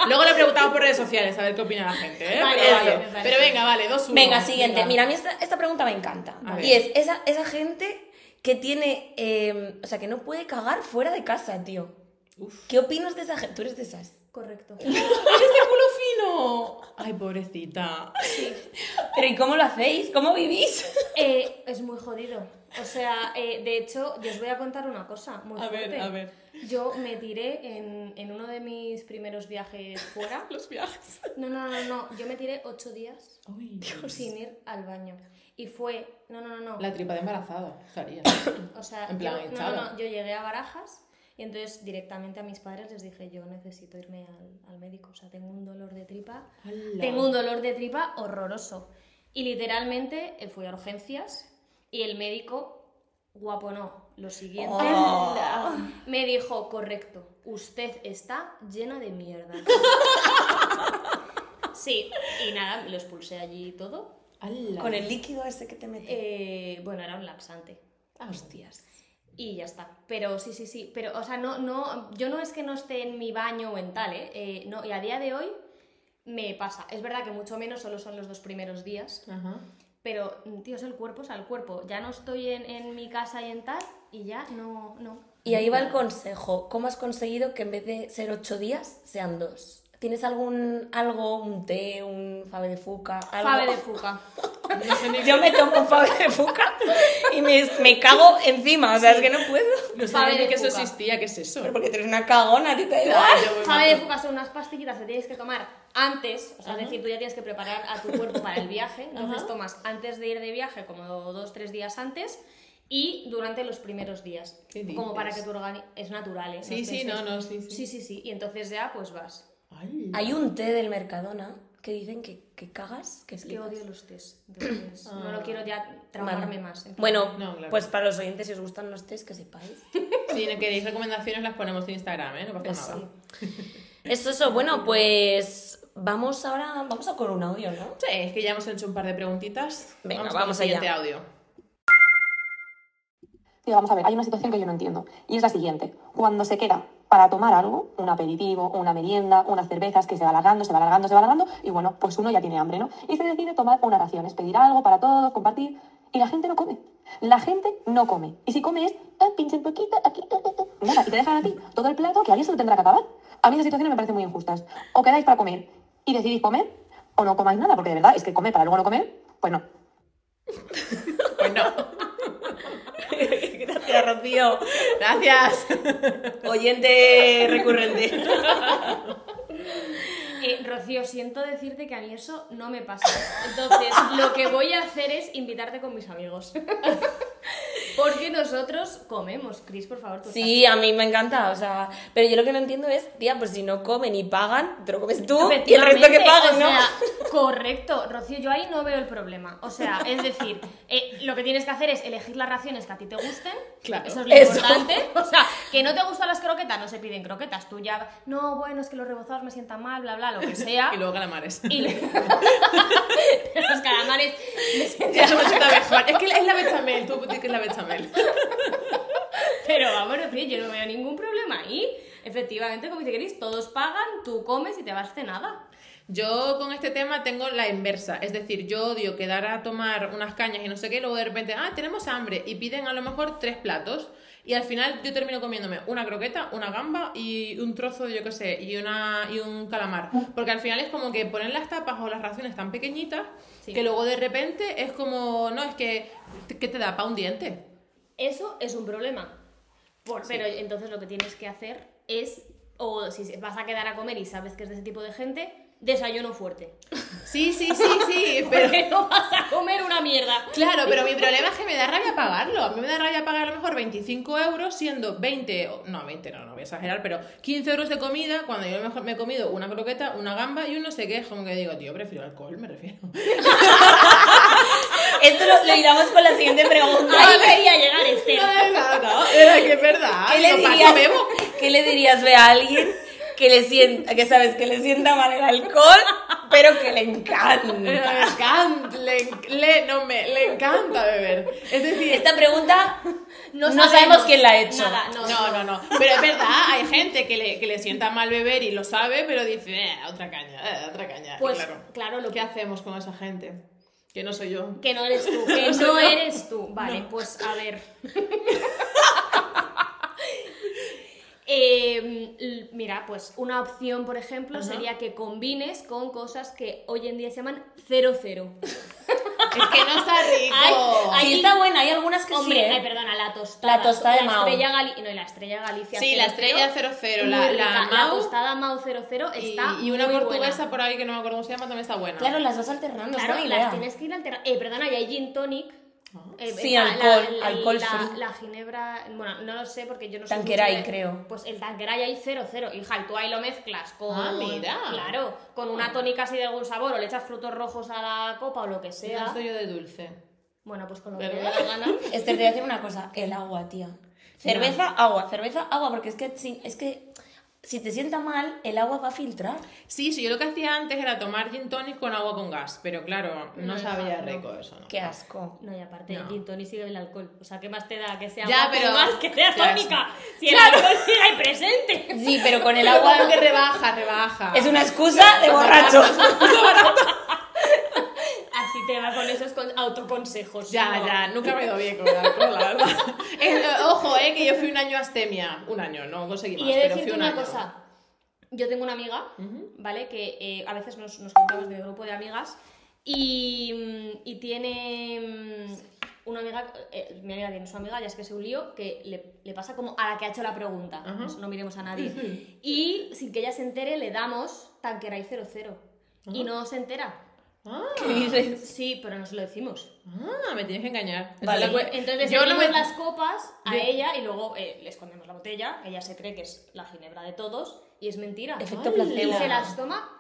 Speaker 2: Luego le preguntamos por redes sociales a ver qué opina la gente. ¿eh?
Speaker 4: Vale,
Speaker 2: pero,
Speaker 4: vale,
Speaker 2: vale.
Speaker 4: me parece.
Speaker 2: Pero venga, vale, dos uno.
Speaker 3: Venga, siguiente.
Speaker 2: Venga.
Speaker 3: Mira, a mí esta, esta pregunta me encanta.
Speaker 2: A
Speaker 3: Y
Speaker 2: ver.
Speaker 3: es esa, esa gente que tiene, eh, o sea, que no puede cagar fuera de casa, tío.
Speaker 2: Uf.
Speaker 3: ¿Qué opinas de esa gente? Tú eres de esas.
Speaker 4: Correcto.
Speaker 2: ¡Eres de este culo fino! Ay, pobrecita.
Speaker 3: Pero ¿y cómo lo hacéis? ¿Cómo vivís?
Speaker 4: Eh, es muy jodido. O sea, eh, de hecho, yo os voy a contar una cosa muy
Speaker 2: A ver,
Speaker 4: fuerte.
Speaker 2: a ver.
Speaker 4: Yo me tiré en, en uno de mis primeros viajes fuera.
Speaker 2: Los viajes.
Speaker 4: No, no, no, no. Yo me tiré ocho días
Speaker 2: Uy.
Speaker 4: sin ir al baño. Y fue. No, no, no, no.
Speaker 2: La tripa de embarazada, estaría.
Speaker 4: O sea,
Speaker 2: En plan,
Speaker 4: yo, no,
Speaker 2: hinchada.
Speaker 4: no, no, yo llegué a Barajas y entonces directamente a mis padres les dije, yo necesito irme al, al médico, o sea, tengo un dolor de tripa, tengo un dolor de tripa horroroso. Y literalmente eh, fui a urgencias y el médico, guapo no, lo siguiente,
Speaker 3: ¡Hala!
Speaker 4: me dijo, correcto, usted está llena de mierda. Sí, y nada, lo expulsé allí y todo.
Speaker 2: ¡Hala!
Speaker 3: Con el líquido ese que te mete.
Speaker 4: Eh, bueno, era un laxante.
Speaker 2: Ah,
Speaker 4: Hostias. Y ya está. Pero sí, sí, sí. Pero, o sea, no, no, yo no es que no esté en mi baño o en tal, ¿eh? Eh, no, y a día de hoy me pasa. Es verdad que mucho menos solo son los dos primeros días.
Speaker 2: Ajá.
Speaker 4: Pero, mm, tío, es el cuerpo, es el cuerpo. Ya no estoy en, en mi casa y en tal, y ya no, no.
Speaker 3: Y ahí va el consejo. ¿Cómo has conseguido que en vez de ser ocho días, sean dos? ¿Tienes algún algo, un té, un fave de fuca? Algo?
Speaker 4: Fave de fuca.
Speaker 2: No sé ni,
Speaker 3: Yo me tomo un fave de fuca y me, me cago encima. O sea, es que no puedo.
Speaker 2: no
Speaker 4: Fave
Speaker 2: sabía ni
Speaker 4: de
Speaker 2: que eso
Speaker 4: fuga.
Speaker 2: existía, ¿qué es eso?
Speaker 3: Pero porque tú eres una cagona, a ti te da igual.
Speaker 2: Ah, yo me
Speaker 4: Fave de
Speaker 2: mato.
Speaker 4: fuca son unas pastillitas que tienes que tomar antes, o sea, es decir, tú ya tienes que preparar a tu cuerpo para el viaje, entonces tomas antes de ir de viaje, como dos, tres días antes, y durante los primeros días,
Speaker 2: ¿Qué dices?
Speaker 4: como para que tu organismo... Es natural, ¿eh?
Speaker 2: Sí,
Speaker 4: os
Speaker 2: sí,
Speaker 4: penséis.
Speaker 2: no, no, sí, sí.
Speaker 4: Sí, sí, sí, y entonces ya pues vas.
Speaker 2: ¡Hala!
Speaker 3: Hay un té del Mercadona que dicen que, que cagas, que
Speaker 4: Es que
Speaker 3: flipas.
Speaker 4: odio los test, entonces no
Speaker 2: Ah.
Speaker 4: lo quiero ya traumarme
Speaker 3: Vale.
Speaker 4: más. en plan-
Speaker 3: Bueno,
Speaker 2: No, claro.
Speaker 3: pues para los oyentes, si os gustan los tés, que sepáis.
Speaker 2: Si no queréis recomendaciones, las ponemos en Instagram, ¿eh? No pasa
Speaker 3: Eso.
Speaker 2: nada.
Speaker 3: Eso, eso. Bueno, pues vamos ahora, vamos a con un audio, ¿no?
Speaker 2: Sí, es que ya hemos hecho un par de preguntitas.
Speaker 3: Venga,
Speaker 2: con
Speaker 3: vamos
Speaker 2: el
Speaker 3: allá.
Speaker 2: siguiente audio.
Speaker 6: Digo, vamos a ver, hay una situación que yo no entiendo. Y es la siguiente. Cuando se queda para tomar algo, un aperitivo, una merienda, unas cervezas, que se va alargando, se va alargando, se va alargando, y bueno, pues uno ya tiene hambre, ¿no? Y se decide tomar una ración, es pedir algo para todos, compartir, y la gente no come. La gente no come. Y si come es, "Ah, pinche un poquito, aquí, ta, ta, ta". nada, y te dejan a ti todo el plato que alguien se lo tendrá que acabar. A mí esas situaciones me parecen muy injustas. O quedáis para comer y decidís comer, o no comáis nada, porque de verdad es que comer para luego no comer, pues no.
Speaker 2: Pues no.
Speaker 3: Gracias, Rocío.
Speaker 2: Gracias.
Speaker 3: Oyente recurrente.
Speaker 4: Eh, Rocío, siento decirte que a mí eso no me pasa. Entonces, lo que voy a hacer es invitarte con mis amigos. Porque nosotros comemos, Cris, por favor. tú
Speaker 3: Sí, a mí me encanta, o sea, pero yo lo que no entiendo es, tía, pues si no comen y pagan, te lo comes tú
Speaker 4: estás-
Speaker 3: y el resto que
Speaker 4: Efectivamente,
Speaker 3: paguen, ¿no?
Speaker 4: o sea, correcto, Rocío, yo ahí no veo el problema. O sea, es decir, eh, lo que tienes que hacer es elegir las raciones que a ti te gusten.
Speaker 2: Claro.
Speaker 4: Eso es lo
Speaker 3: Eso.
Speaker 4: importante. O sea, que no te gustan las croquetas, no se piden croquetas. Tú ya, no, bueno, es que los rebozados me sientan mal, bla, bla, lo que sea.
Speaker 2: Y luego calamares.
Speaker 4: Y le- los calamares me sientan
Speaker 2: Ya hemos hecho la bechamel. Es que es la bechamel. Tú di que es la bechamel.
Speaker 4: Pero vamos, tío, yo no veo ningún problema ahí. Efectivamente, como dice Cris, todos pagan, tú comes y te vas cenada.
Speaker 2: Yo con este tema tengo la inversa, es decir, yo odio quedar a tomar unas cañas y no sé qué, y luego de repente, ah, tenemos hambre, y piden a lo mejor tres platos, y al final yo termino comiéndome una croqueta, una gamba y un trozo, de, yo qué sé, y, una, y un calamar. Porque al final es como que ponen las tapas o las raciones tan pequeñitas
Speaker 4: Sí.
Speaker 2: que luego de repente es como, no, es que, ¿qué te da? ¿Pa' un diente?
Speaker 4: Eso es un problema. Por- Pero entonces lo que tienes que hacer es, o si vas a quedar a comer y sabes que es de ese tipo de gente, desayuno fuerte.
Speaker 2: Sí, sí, sí, sí, pero...
Speaker 4: Porque no vas a comer una mierda.
Speaker 2: Claro, pero mi problema es que me da rabia pagarlo. A mí me da rabia pagar a lo mejor 25 euros siendo 20, o- no, 20 no, no voy a exagerar, pero 15 euros de comida cuando yo a lo mejor me he comido una croqueta, una gamba y un no sé qué. Es como que digo, tío, prefiero alcohol, me refiero.
Speaker 3: Esto lo, lo hilamos con la siguiente pregunta.
Speaker 4: Ahí quería llegar este.
Speaker 2: No, no, no, era que es verdad.
Speaker 3: ¿Qué le,
Speaker 2: Digo, ¿para
Speaker 3: dirías,
Speaker 2: bebo?
Speaker 3: ¿Qué le dirías ve, a alguien que le sienta, que sabes que le sienta mal el alcohol, pero que le
Speaker 2: Le
Speaker 3: encanta?
Speaker 2: encanta, le, enc- le- no me, le encanta beber. Es decir,
Speaker 3: Esta pregunta no, sabemos quién la ha hecho.
Speaker 4: Nada, no.
Speaker 2: No, no, no. Pero es verdad, hay gente que le, que le sienta mal beber y lo sabe, pero dice, "Eh, otra caña, eh, otra caña. Y
Speaker 4: Pues
Speaker 2: claro,
Speaker 4: claro, lo
Speaker 2: ¿qué
Speaker 4: que
Speaker 2: hacemos con esa gente? Que no soy yo.
Speaker 4: Que no eres tú, que
Speaker 2: soy yo.
Speaker 4: no eres tú. Vale, pues a ver. Eh, l- mira, pues una opción, por ejemplo,
Speaker 2: Ajá.
Speaker 4: sería que combines con cosas que hoy en día se llaman 00.
Speaker 2: Es que no está rico.
Speaker 4: Ay, ay,
Speaker 3: Ahí está buena, hay algunas que
Speaker 4: Hombre,
Speaker 3: sí. ¿eh?
Speaker 4: ay, perdona, la tostada.
Speaker 3: La tostada de Mao.
Speaker 4: Estrella Gali- no, y la estrella Galicia.
Speaker 2: sí, la
Speaker 4: 00,
Speaker 2: estrella 00,
Speaker 4: muy
Speaker 2: la, la
Speaker 4: rica.
Speaker 2: Mau
Speaker 4: tostada Mau 00
Speaker 2: y-
Speaker 4: está.
Speaker 2: y, una
Speaker 4: muy buena.
Speaker 2: portuguesa por ahí que no me acuerdo cómo se llama también está buena.
Speaker 3: Claro, las vas alternando. es
Speaker 4: Claro,
Speaker 3: buena idea.
Speaker 4: las tienes que ir alternando. Eh, perdona, y hay gin tonic. Eh,
Speaker 3: Sí,
Speaker 4: está
Speaker 3: alcohol, alcohol
Speaker 4: la,
Speaker 3: free.
Speaker 4: la ginebra, bueno, no lo sé porque yo no
Speaker 3: Tanqueray,
Speaker 4: sé.
Speaker 3: creo.
Speaker 4: Pues el tanqueray hay 0-0, hija, y tú ahí lo mezclas con.
Speaker 2: Ah, mira. Ah.
Speaker 4: Claro, con una tónica así de algún sabor, o le echas frutos rojos a la copa o lo que sea.
Speaker 2: No soy yo de dulce.
Speaker 4: Bueno, pues con lo que
Speaker 2: Pero
Speaker 4: te
Speaker 2: me
Speaker 4: dé
Speaker 2: da
Speaker 4: la
Speaker 2: la
Speaker 4: gana.
Speaker 2: gana.
Speaker 3: Esther, Este, te voy a decir una cosa, el agua, tía. Cerveza, agua, cerveza, agua, porque es que, si- es que si te sienta mal, el agua va a filtrar.
Speaker 2: Sí, sí, yo lo que hacía antes era tomar gin tonic con agua con gas, pero claro, no,
Speaker 4: No,
Speaker 2: sabía
Speaker 4: no.
Speaker 2: rico eso, ¿no?
Speaker 3: Qué asco.
Speaker 4: No, y aparte,
Speaker 2: No.
Speaker 4: el gin tonic sigue el alcohol. O sea, ¿qué más te da que sea
Speaker 2: Ya,
Speaker 4: guapo
Speaker 2: pero-
Speaker 4: más que sea
Speaker 2: Ya,
Speaker 4: tónica? Si el alcohol sigue ahí presente.
Speaker 3: Sí, pero con el
Speaker 2: El agua lo
Speaker 3: agua
Speaker 2: que rebaja, rebaja.
Speaker 3: es una excusa de borracho.
Speaker 4: Así te va con esos con- autoconsejos.
Speaker 2: Ya,
Speaker 4: ¿no?
Speaker 2: ya, nunca me he ido bien con el alcohol, la verdad. Es- ojo, eh, que yo fui un año a astemia. Un año, no conseguí más,
Speaker 4: Y he de
Speaker 2: pero fui
Speaker 4: decirte
Speaker 2: un
Speaker 4: una
Speaker 2: año.
Speaker 4: cosa. Yo tengo una amiga,
Speaker 2: Ujú.
Speaker 4: ¿vale? Que eh, a veces nos, nos juntamos de grupo de amigas y, mm, y tiene mm, una amiga, eh, mi amiga tiene su amiga, ya es que se un lío, que le, le pasa como a la que ha hecho la pregunta.
Speaker 2: Ajá.
Speaker 4: Pues no miremos a nadie. Y sin que ella se entere, le damos Tanqueray 00. Y no se entera.
Speaker 2: Ah,
Speaker 3: ¿Qué dices?
Speaker 4: Sí, pero nos lo decimos.
Speaker 2: ah, me tienes que engañar.
Speaker 3: Vale.
Speaker 2: Entonces, pues,
Speaker 4: Entonces
Speaker 2: yo no me...
Speaker 4: las copas a
Speaker 2: Yo-
Speaker 4: ella y luego eh, le escondemos la botella. Ella se cree que es la ginebra de todos y es mentira.
Speaker 3: Efecto
Speaker 4: Ay.
Speaker 3: placebo.
Speaker 4: Y se las toma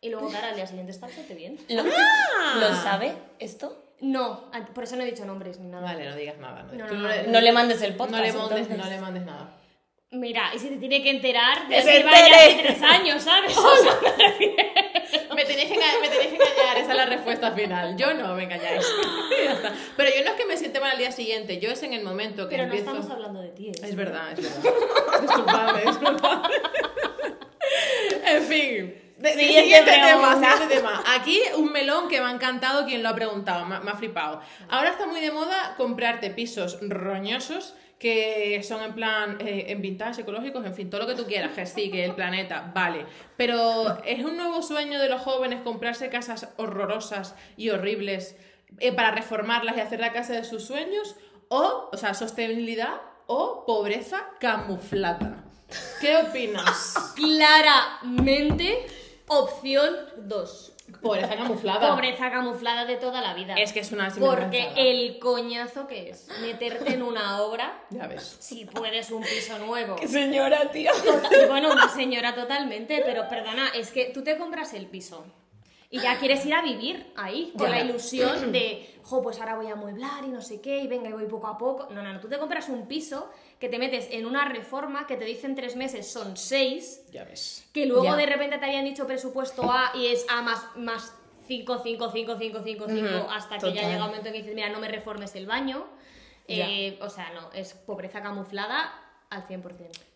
Speaker 4: y luego, cara, al día siguiente está bastante bien.
Speaker 3: ¿Lo,
Speaker 2: Ah.
Speaker 3: ¿lo sabe esto?
Speaker 4: No, an- por eso no he dicho nombres ni nada.
Speaker 2: Ah, Vale, no digas nada.
Speaker 4: No,
Speaker 2: tú
Speaker 4: no, no.
Speaker 3: No le mandes el podcast,
Speaker 2: No le mandes,
Speaker 3: entonces.
Speaker 2: no le mandes nada.
Speaker 4: Mira, y si te tiene que enterar, de
Speaker 3: ¡Que se
Speaker 4: que vaya hace
Speaker 3: entere!
Speaker 4: tres años, ¿sabes? O sea, me refiero-
Speaker 2: Me tenéis, que enga- me tenéis que engañar, esa es la respuesta final. Yo no, me engañáis. Ya está. Pero yo no es que me siente mal al día siguiente, yo es en el momento que
Speaker 4: Pero no
Speaker 2: empiezo...
Speaker 4: estamos hablando de ti. ¿eh?
Speaker 2: Es verdad, es verdad. Disculpadme, disculpadme. En fin. De-
Speaker 3: Siguiente
Speaker 2: tema,
Speaker 3: pregunta.
Speaker 2: siguiente tema. Aquí un melón que me ha encantado quien lo ha preguntado, me, me ha flipado. Ahora está muy de moda comprarte pisos roñosos que son en plan, eh, en vintage, ecológicos, en fin, todo lo que tú quieras, que sí, que el planeta, vale. Pero es un nuevo sueño de los jóvenes comprarse casas horrorosas y horribles eh, para reformarlas y hacer la casa de sus sueños, o, o sea, sostenibilidad o pobreza camuflada. ¿Qué opinas?
Speaker 4: Claramente, opción 2.
Speaker 2: Pobreza camuflada.
Speaker 4: Pobreza camuflada de toda la vida.
Speaker 2: Ah, Es que es una
Speaker 4: Porque
Speaker 2: sinvergüenzada.
Speaker 4: el coñazo que es meterte en una obra,
Speaker 2: Ya ves.
Speaker 4: si puedes un piso nuevo.
Speaker 3: Señora, tío.
Speaker 4: Tota- Bueno, una señora totalmente, pero perdona, es que tú te compras el piso y ya quieres ir a vivir ahí, con
Speaker 2: Ya.
Speaker 4: la ilusión de, jo, pues ahora voy a mueblar y no sé qué, y venga, y voy poco a poco. No, no, no, tú te compras un piso que te metes en una reforma que te dicen tres meses son seis,
Speaker 2: Ya ves.
Speaker 4: que luego
Speaker 3: Ya.
Speaker 4: de repente te habían dicho presupuesto A y es A más, más 5, 5, 5, 5, 5, 5, hasta que ya
Speaker 3: total.
Speaker 4: llega un momento en que dices, mira, no me reformes el baño. Eh, o sea, no, es pobreza camuflada al 100%.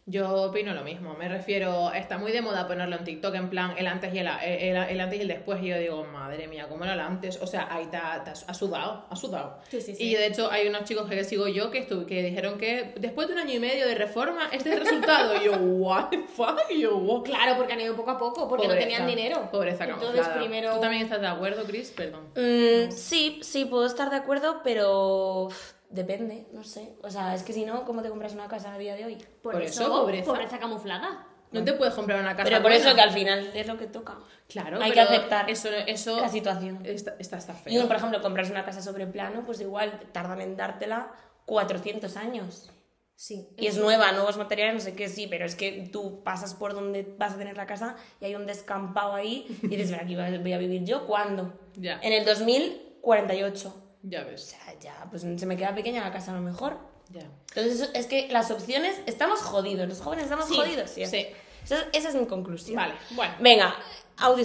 Speaker 2: Yo opino lo mismo, me refiero, está muy de moda ponerlo en TikTok en plan el antes y el, a- eh, el, el antes y el después y yo digo, madre mía, ¿cómo era el antes? O sea, ahí te ha, te ha sudado, ha sudado.
Speaker 4: Sí, sí, sí.
Speaker 2: Y de hecho hay unos chicos que sigo yo que, estu- que dijeron que después de un año y medio de reforma, este es el resultado. y yo, what the fuck, y yo, wow.
Speaker 4: Claro, porque han ido poco a poco, porque no tenían dinero.
Speaker 2: Pobreza
Speaker 4: Entonces
Speaker 2: camuflada.
Speaker 4: primero...
Speaker 2: ¿Tú también estás de acuerdo, Chris? Perdón.
Speaker 3: Mm, sí, sí, puedo estar de acuerdo, pero uf, depende, no sé. O sea, es que si no, ¿cómo te compras una casa a día de hoy?
Speaker 4: Por,
Speaker 2: Por
Speaker 4: eso,
Speaker 2: eso, pobreza.
Speaker 4: camuflada.
Speaker 2: No te puedes comprar una casa
Speaker 3: Pero por eso que
Speaker 2: buena.
Speaker 3: al final es lo que toca.
Speaker 2: Claro,
Speaker 3: hay que
Speaker 2: pero
Speaker 3: aceptar
Speaker 2: eso, eso
Speaker 3: la situación.
Speaker 2: Está, está, está
Speaker 3: Y uno,
Speaker 2: feo.
Speaker 3: por ejemplo, compras una casa sobre plano, pues igual tardan en dártela 400 años.
Speaker 4: Sí.
Speaker 3: Y es nueva, nuevos materiales, no sé qué, sí, pero es que tú pasas por donde vas a tener la casa y hay un descampado ahí y dices, "Pero aquí voy a vivir yo, ¿cuándo?
Speaker 2: Ya.
Speaker 3: En el 2048.
Speaker 2: Ya
Speaker 3: O
Speaker 2: ves.
Speaker 3: sea, ya, pues se me queda pequeña la casa a lo mejor.
Speaker 2: Ya.
Speaker 3: Entonces, eso- es que las opciones, estamos jodidos, los jóvenes estamos
Speaker 2: Sí,
Speaker 3: jodidos, ¿sí?
Speaker 2: sí.
Speaker 3: Esa, esa es mi conclusión.
Speaker 2: Vale, bueno.
Speaker 3: Venga, audio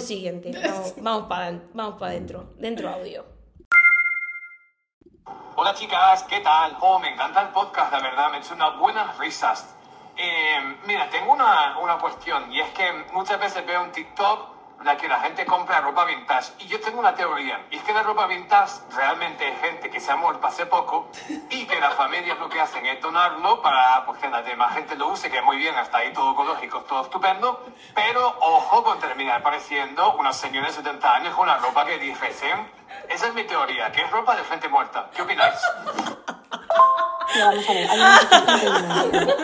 Speaker 3: siguiente. Vamos, vamos para vamos pa dentro. Dentro audio.
Speaker 7: Hola chicas, ¿qué tal? Oh, me encanta el podcast, la verdad, me he hecho unas buenas risas. Eh, mira, tengo una, una cuestión y es que muchas veces veo en TikTok la que la gente compra ropa vintage. Y yo tengo una teoría, y es que la ropa vintage realmente es gente que se ha muerto hace poco y que las familias lo que hacen es donarlo para pues, que la demás gente lo use, que muy bien, hasta ahí todo ecológico, todo estupendo, pero ojo con terminar pareciendo una señora de 70 años con una ropa que dicen, esa es mi teoría, que es ropa de gente muerta. ¿Qué opináis?
Speaker 6: Mira, vamos a ver, hay una-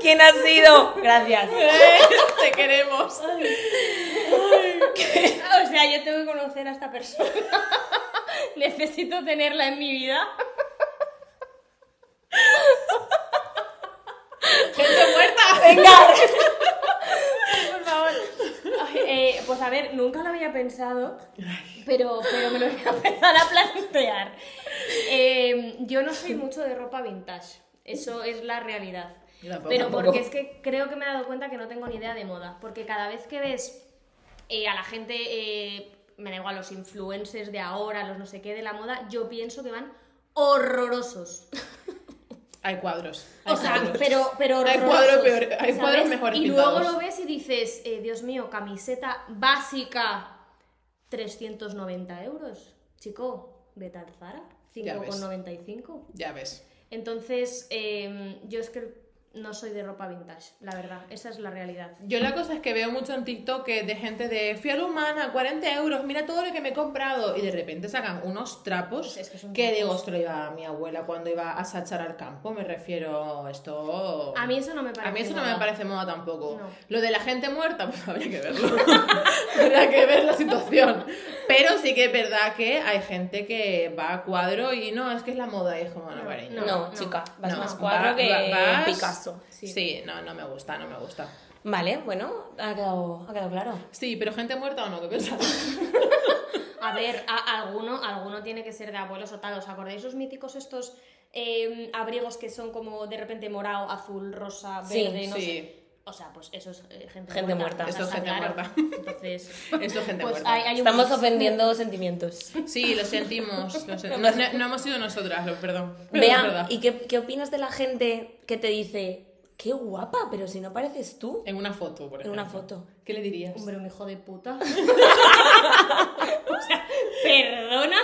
Speaker 3: ¿Quién ha sido? Gracias.
Speaker 2: Te queremos.
Speaker 4: O sea, yo tengo que conocer a esta persona. Necesito tenerla en mi vida.
Speaker 2: Gente muerta.
Speaker 4: Por favor. Ay, eh, pues a ver, nunca lo había pensado, pero, pero me lo voy a empezar a plantear. Eh, yo no soy mucho de ropa vintage, eso es la realidad.
Speaker 2: Yo tampoco.
Speaker 4: Pero porque es que creo que me he dado cuenta que no tengo ni idea de moda, porque cada vez que ves eh, a la gente, eh, me da igual, los influencers de ahora, los no sé qué de la moda, yo pienso que van horrorosos.
Speaker 2: Hay cuadros. hay
Speaker 4: O sea,
Speaker 2: cuadros.
Speaker 4: pero, pero
Speaker 2: Hay
Speaker 4: horrorosos,
Speaker 2: cuadros peor- hay
Speaker 4: ¿sabes?
Speaker 2: cuadros mejor
Speaker 4: Y
Speaker 2: pintados.
Speaker 4: luego lo ves y dices, eh, Dios mío, camiseta básica, 390 euros. Chico, vete al Zara,
Speaker 2: Ya ves.
Speaker 4: 5,95.
Speaker 2: Ya ves.
Speaker 4: Entonces, eh, yo es que no soy de ropa vintage, la verdad. Esa es la realidad.
Speaker 2: Yo la cosa es que veo mucho en TikTok que de gente de fui a la humana, 40 euros, mira todo lo que me he comprado. Y de repente sacan unos trapos
Speaker 4: Pues Es que son
Speaker 2: que
Speaker 4: trapos.
Speaker 2: digo, esto lo iba mi abuela cuando iba a sachar al campo. Me refiero, esto.
Speaker 4: A mí eso no me parece
Speaker 2: A mí eso no
Speaker 4: moda.
Speaker 2: me parece moda tampoco.
Speaker 4: No.
Speaker 2: Lo de la gente muerta, pues habría que verlo. habría que ver la situación. Pero sí que es verdad que hay gente que va a cuadro y no, es que es la moda. Y es como, no,
Speaker 4: No,
Speaker 2: cariño.
Speaker 3: No,
Speaker 4: No,
Speaker 3: chica, vas
Speaker 2: no,
Speaker 3: más cuadro
Speaker 2: va-
Speaker 3: que
Speaker 2: va- vas-
Speaker 3: Picasso.
Speaker 2: Sí. no, no me gusta, no me gusta.
Speaker 3: Vale, bueno, ha quedado, ha quedado claro.
Speaker 2: Sí, pero gente muerta o no, ¿qué piensas?
Speaker 4: A ver, a- alguno, alguno tiene que ser de abuelos o tal. ¿Os acordáis los míticos estos eh, abrigos que son como de repente morado, azul, rosa,
Speaker 3: Sí,
Speaker 4: verde, no
Speaker 2: sí.
Speaker 4: sé? O sea, pues eso es eh, gente,
Speaker 3: Gente muerta.
Speaker 2: Eso
Speaker 4: muerta.
Speaker 2: es
Speaker 4: está
Speaker 2: gente muerta.
Speaker 4: Entonces,
Speaker 2: Esto es gente
Speaker 4: pues
Speaker 2: muerta.
Speaker 4: hay, hay un-
Speaker 3: Estamos ofendiendo sentimientos.
Speaker 2: Sí, lo sentimos. lo sen- No, no- no hemos sido nosotras, lo- perdón. Pero es
Speaker 3: Vea,
Speaker 2: verdad.
Speaker 3: ¿y qué, qué opinas de la gente que te dice, qué guapa, pero si no pareces tú?
Speaker 2: En una foto, por
Speaker 3: En
Speaker 2: ejemplo.
Speaker 3: una foto.
Speaker 2: ¿Qué le dirías?
Speaker 4: Hombre, un hijo de puta. o sea, perdona.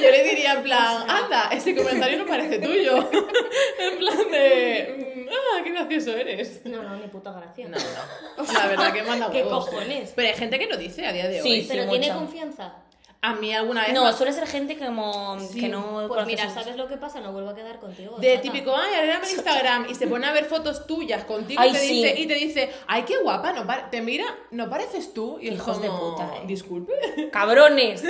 Speaker 2: Yo le diría en plan, anda, ese comentario no parece tuyo. en plan de, mm, ah, qué gracioso eres.
Speaker 4: No, no, ni puta gracia.
Speaker 2: No, no. La verdad que manda
Speaker 4: ¿Qué
Speaker 2: huevos.
Speaker 4: cojones?
Speaker 2: Pero hay gente que lo dice a día de
Speaker 3: Sí,
Speaker 2: hoy.
Speaker 4: Pero
Speaker 3: sí,
Speaker 4: tiene
Speaker 3: mucha.
Speaker 4: confianza.
Speaker 2: A mí alguna vez
Speaker 3: No, suele ser gente como
Speaker 2: Sí,
Speaker 3: que no
Speaker 4: Pues
Speaker 3: conoce
Speaker 4: mira,
Speaker 3: sus-
Speaker 4: ¿sabes lo que pasa? No vuelvo a quedar contigo.
Speaker 2: De
Speaker 4: chata.
Speaker 2: típico, ay, ahora dame el Instagram y se pone a ver fotos tuyas contigo
Speaker 3: Ay,
Speaker 2: y, te
Speaker 3: sí.
Speaker 2: dice, y te dice, ay, qué guapa, no pa- te mira, no pareces tú. Y es
Speaker 3: Hijos de
Speaker 2: como,
Speaker 3: puta, eh.
Speaker 2: disculpe,
Speaker 3: cabrones.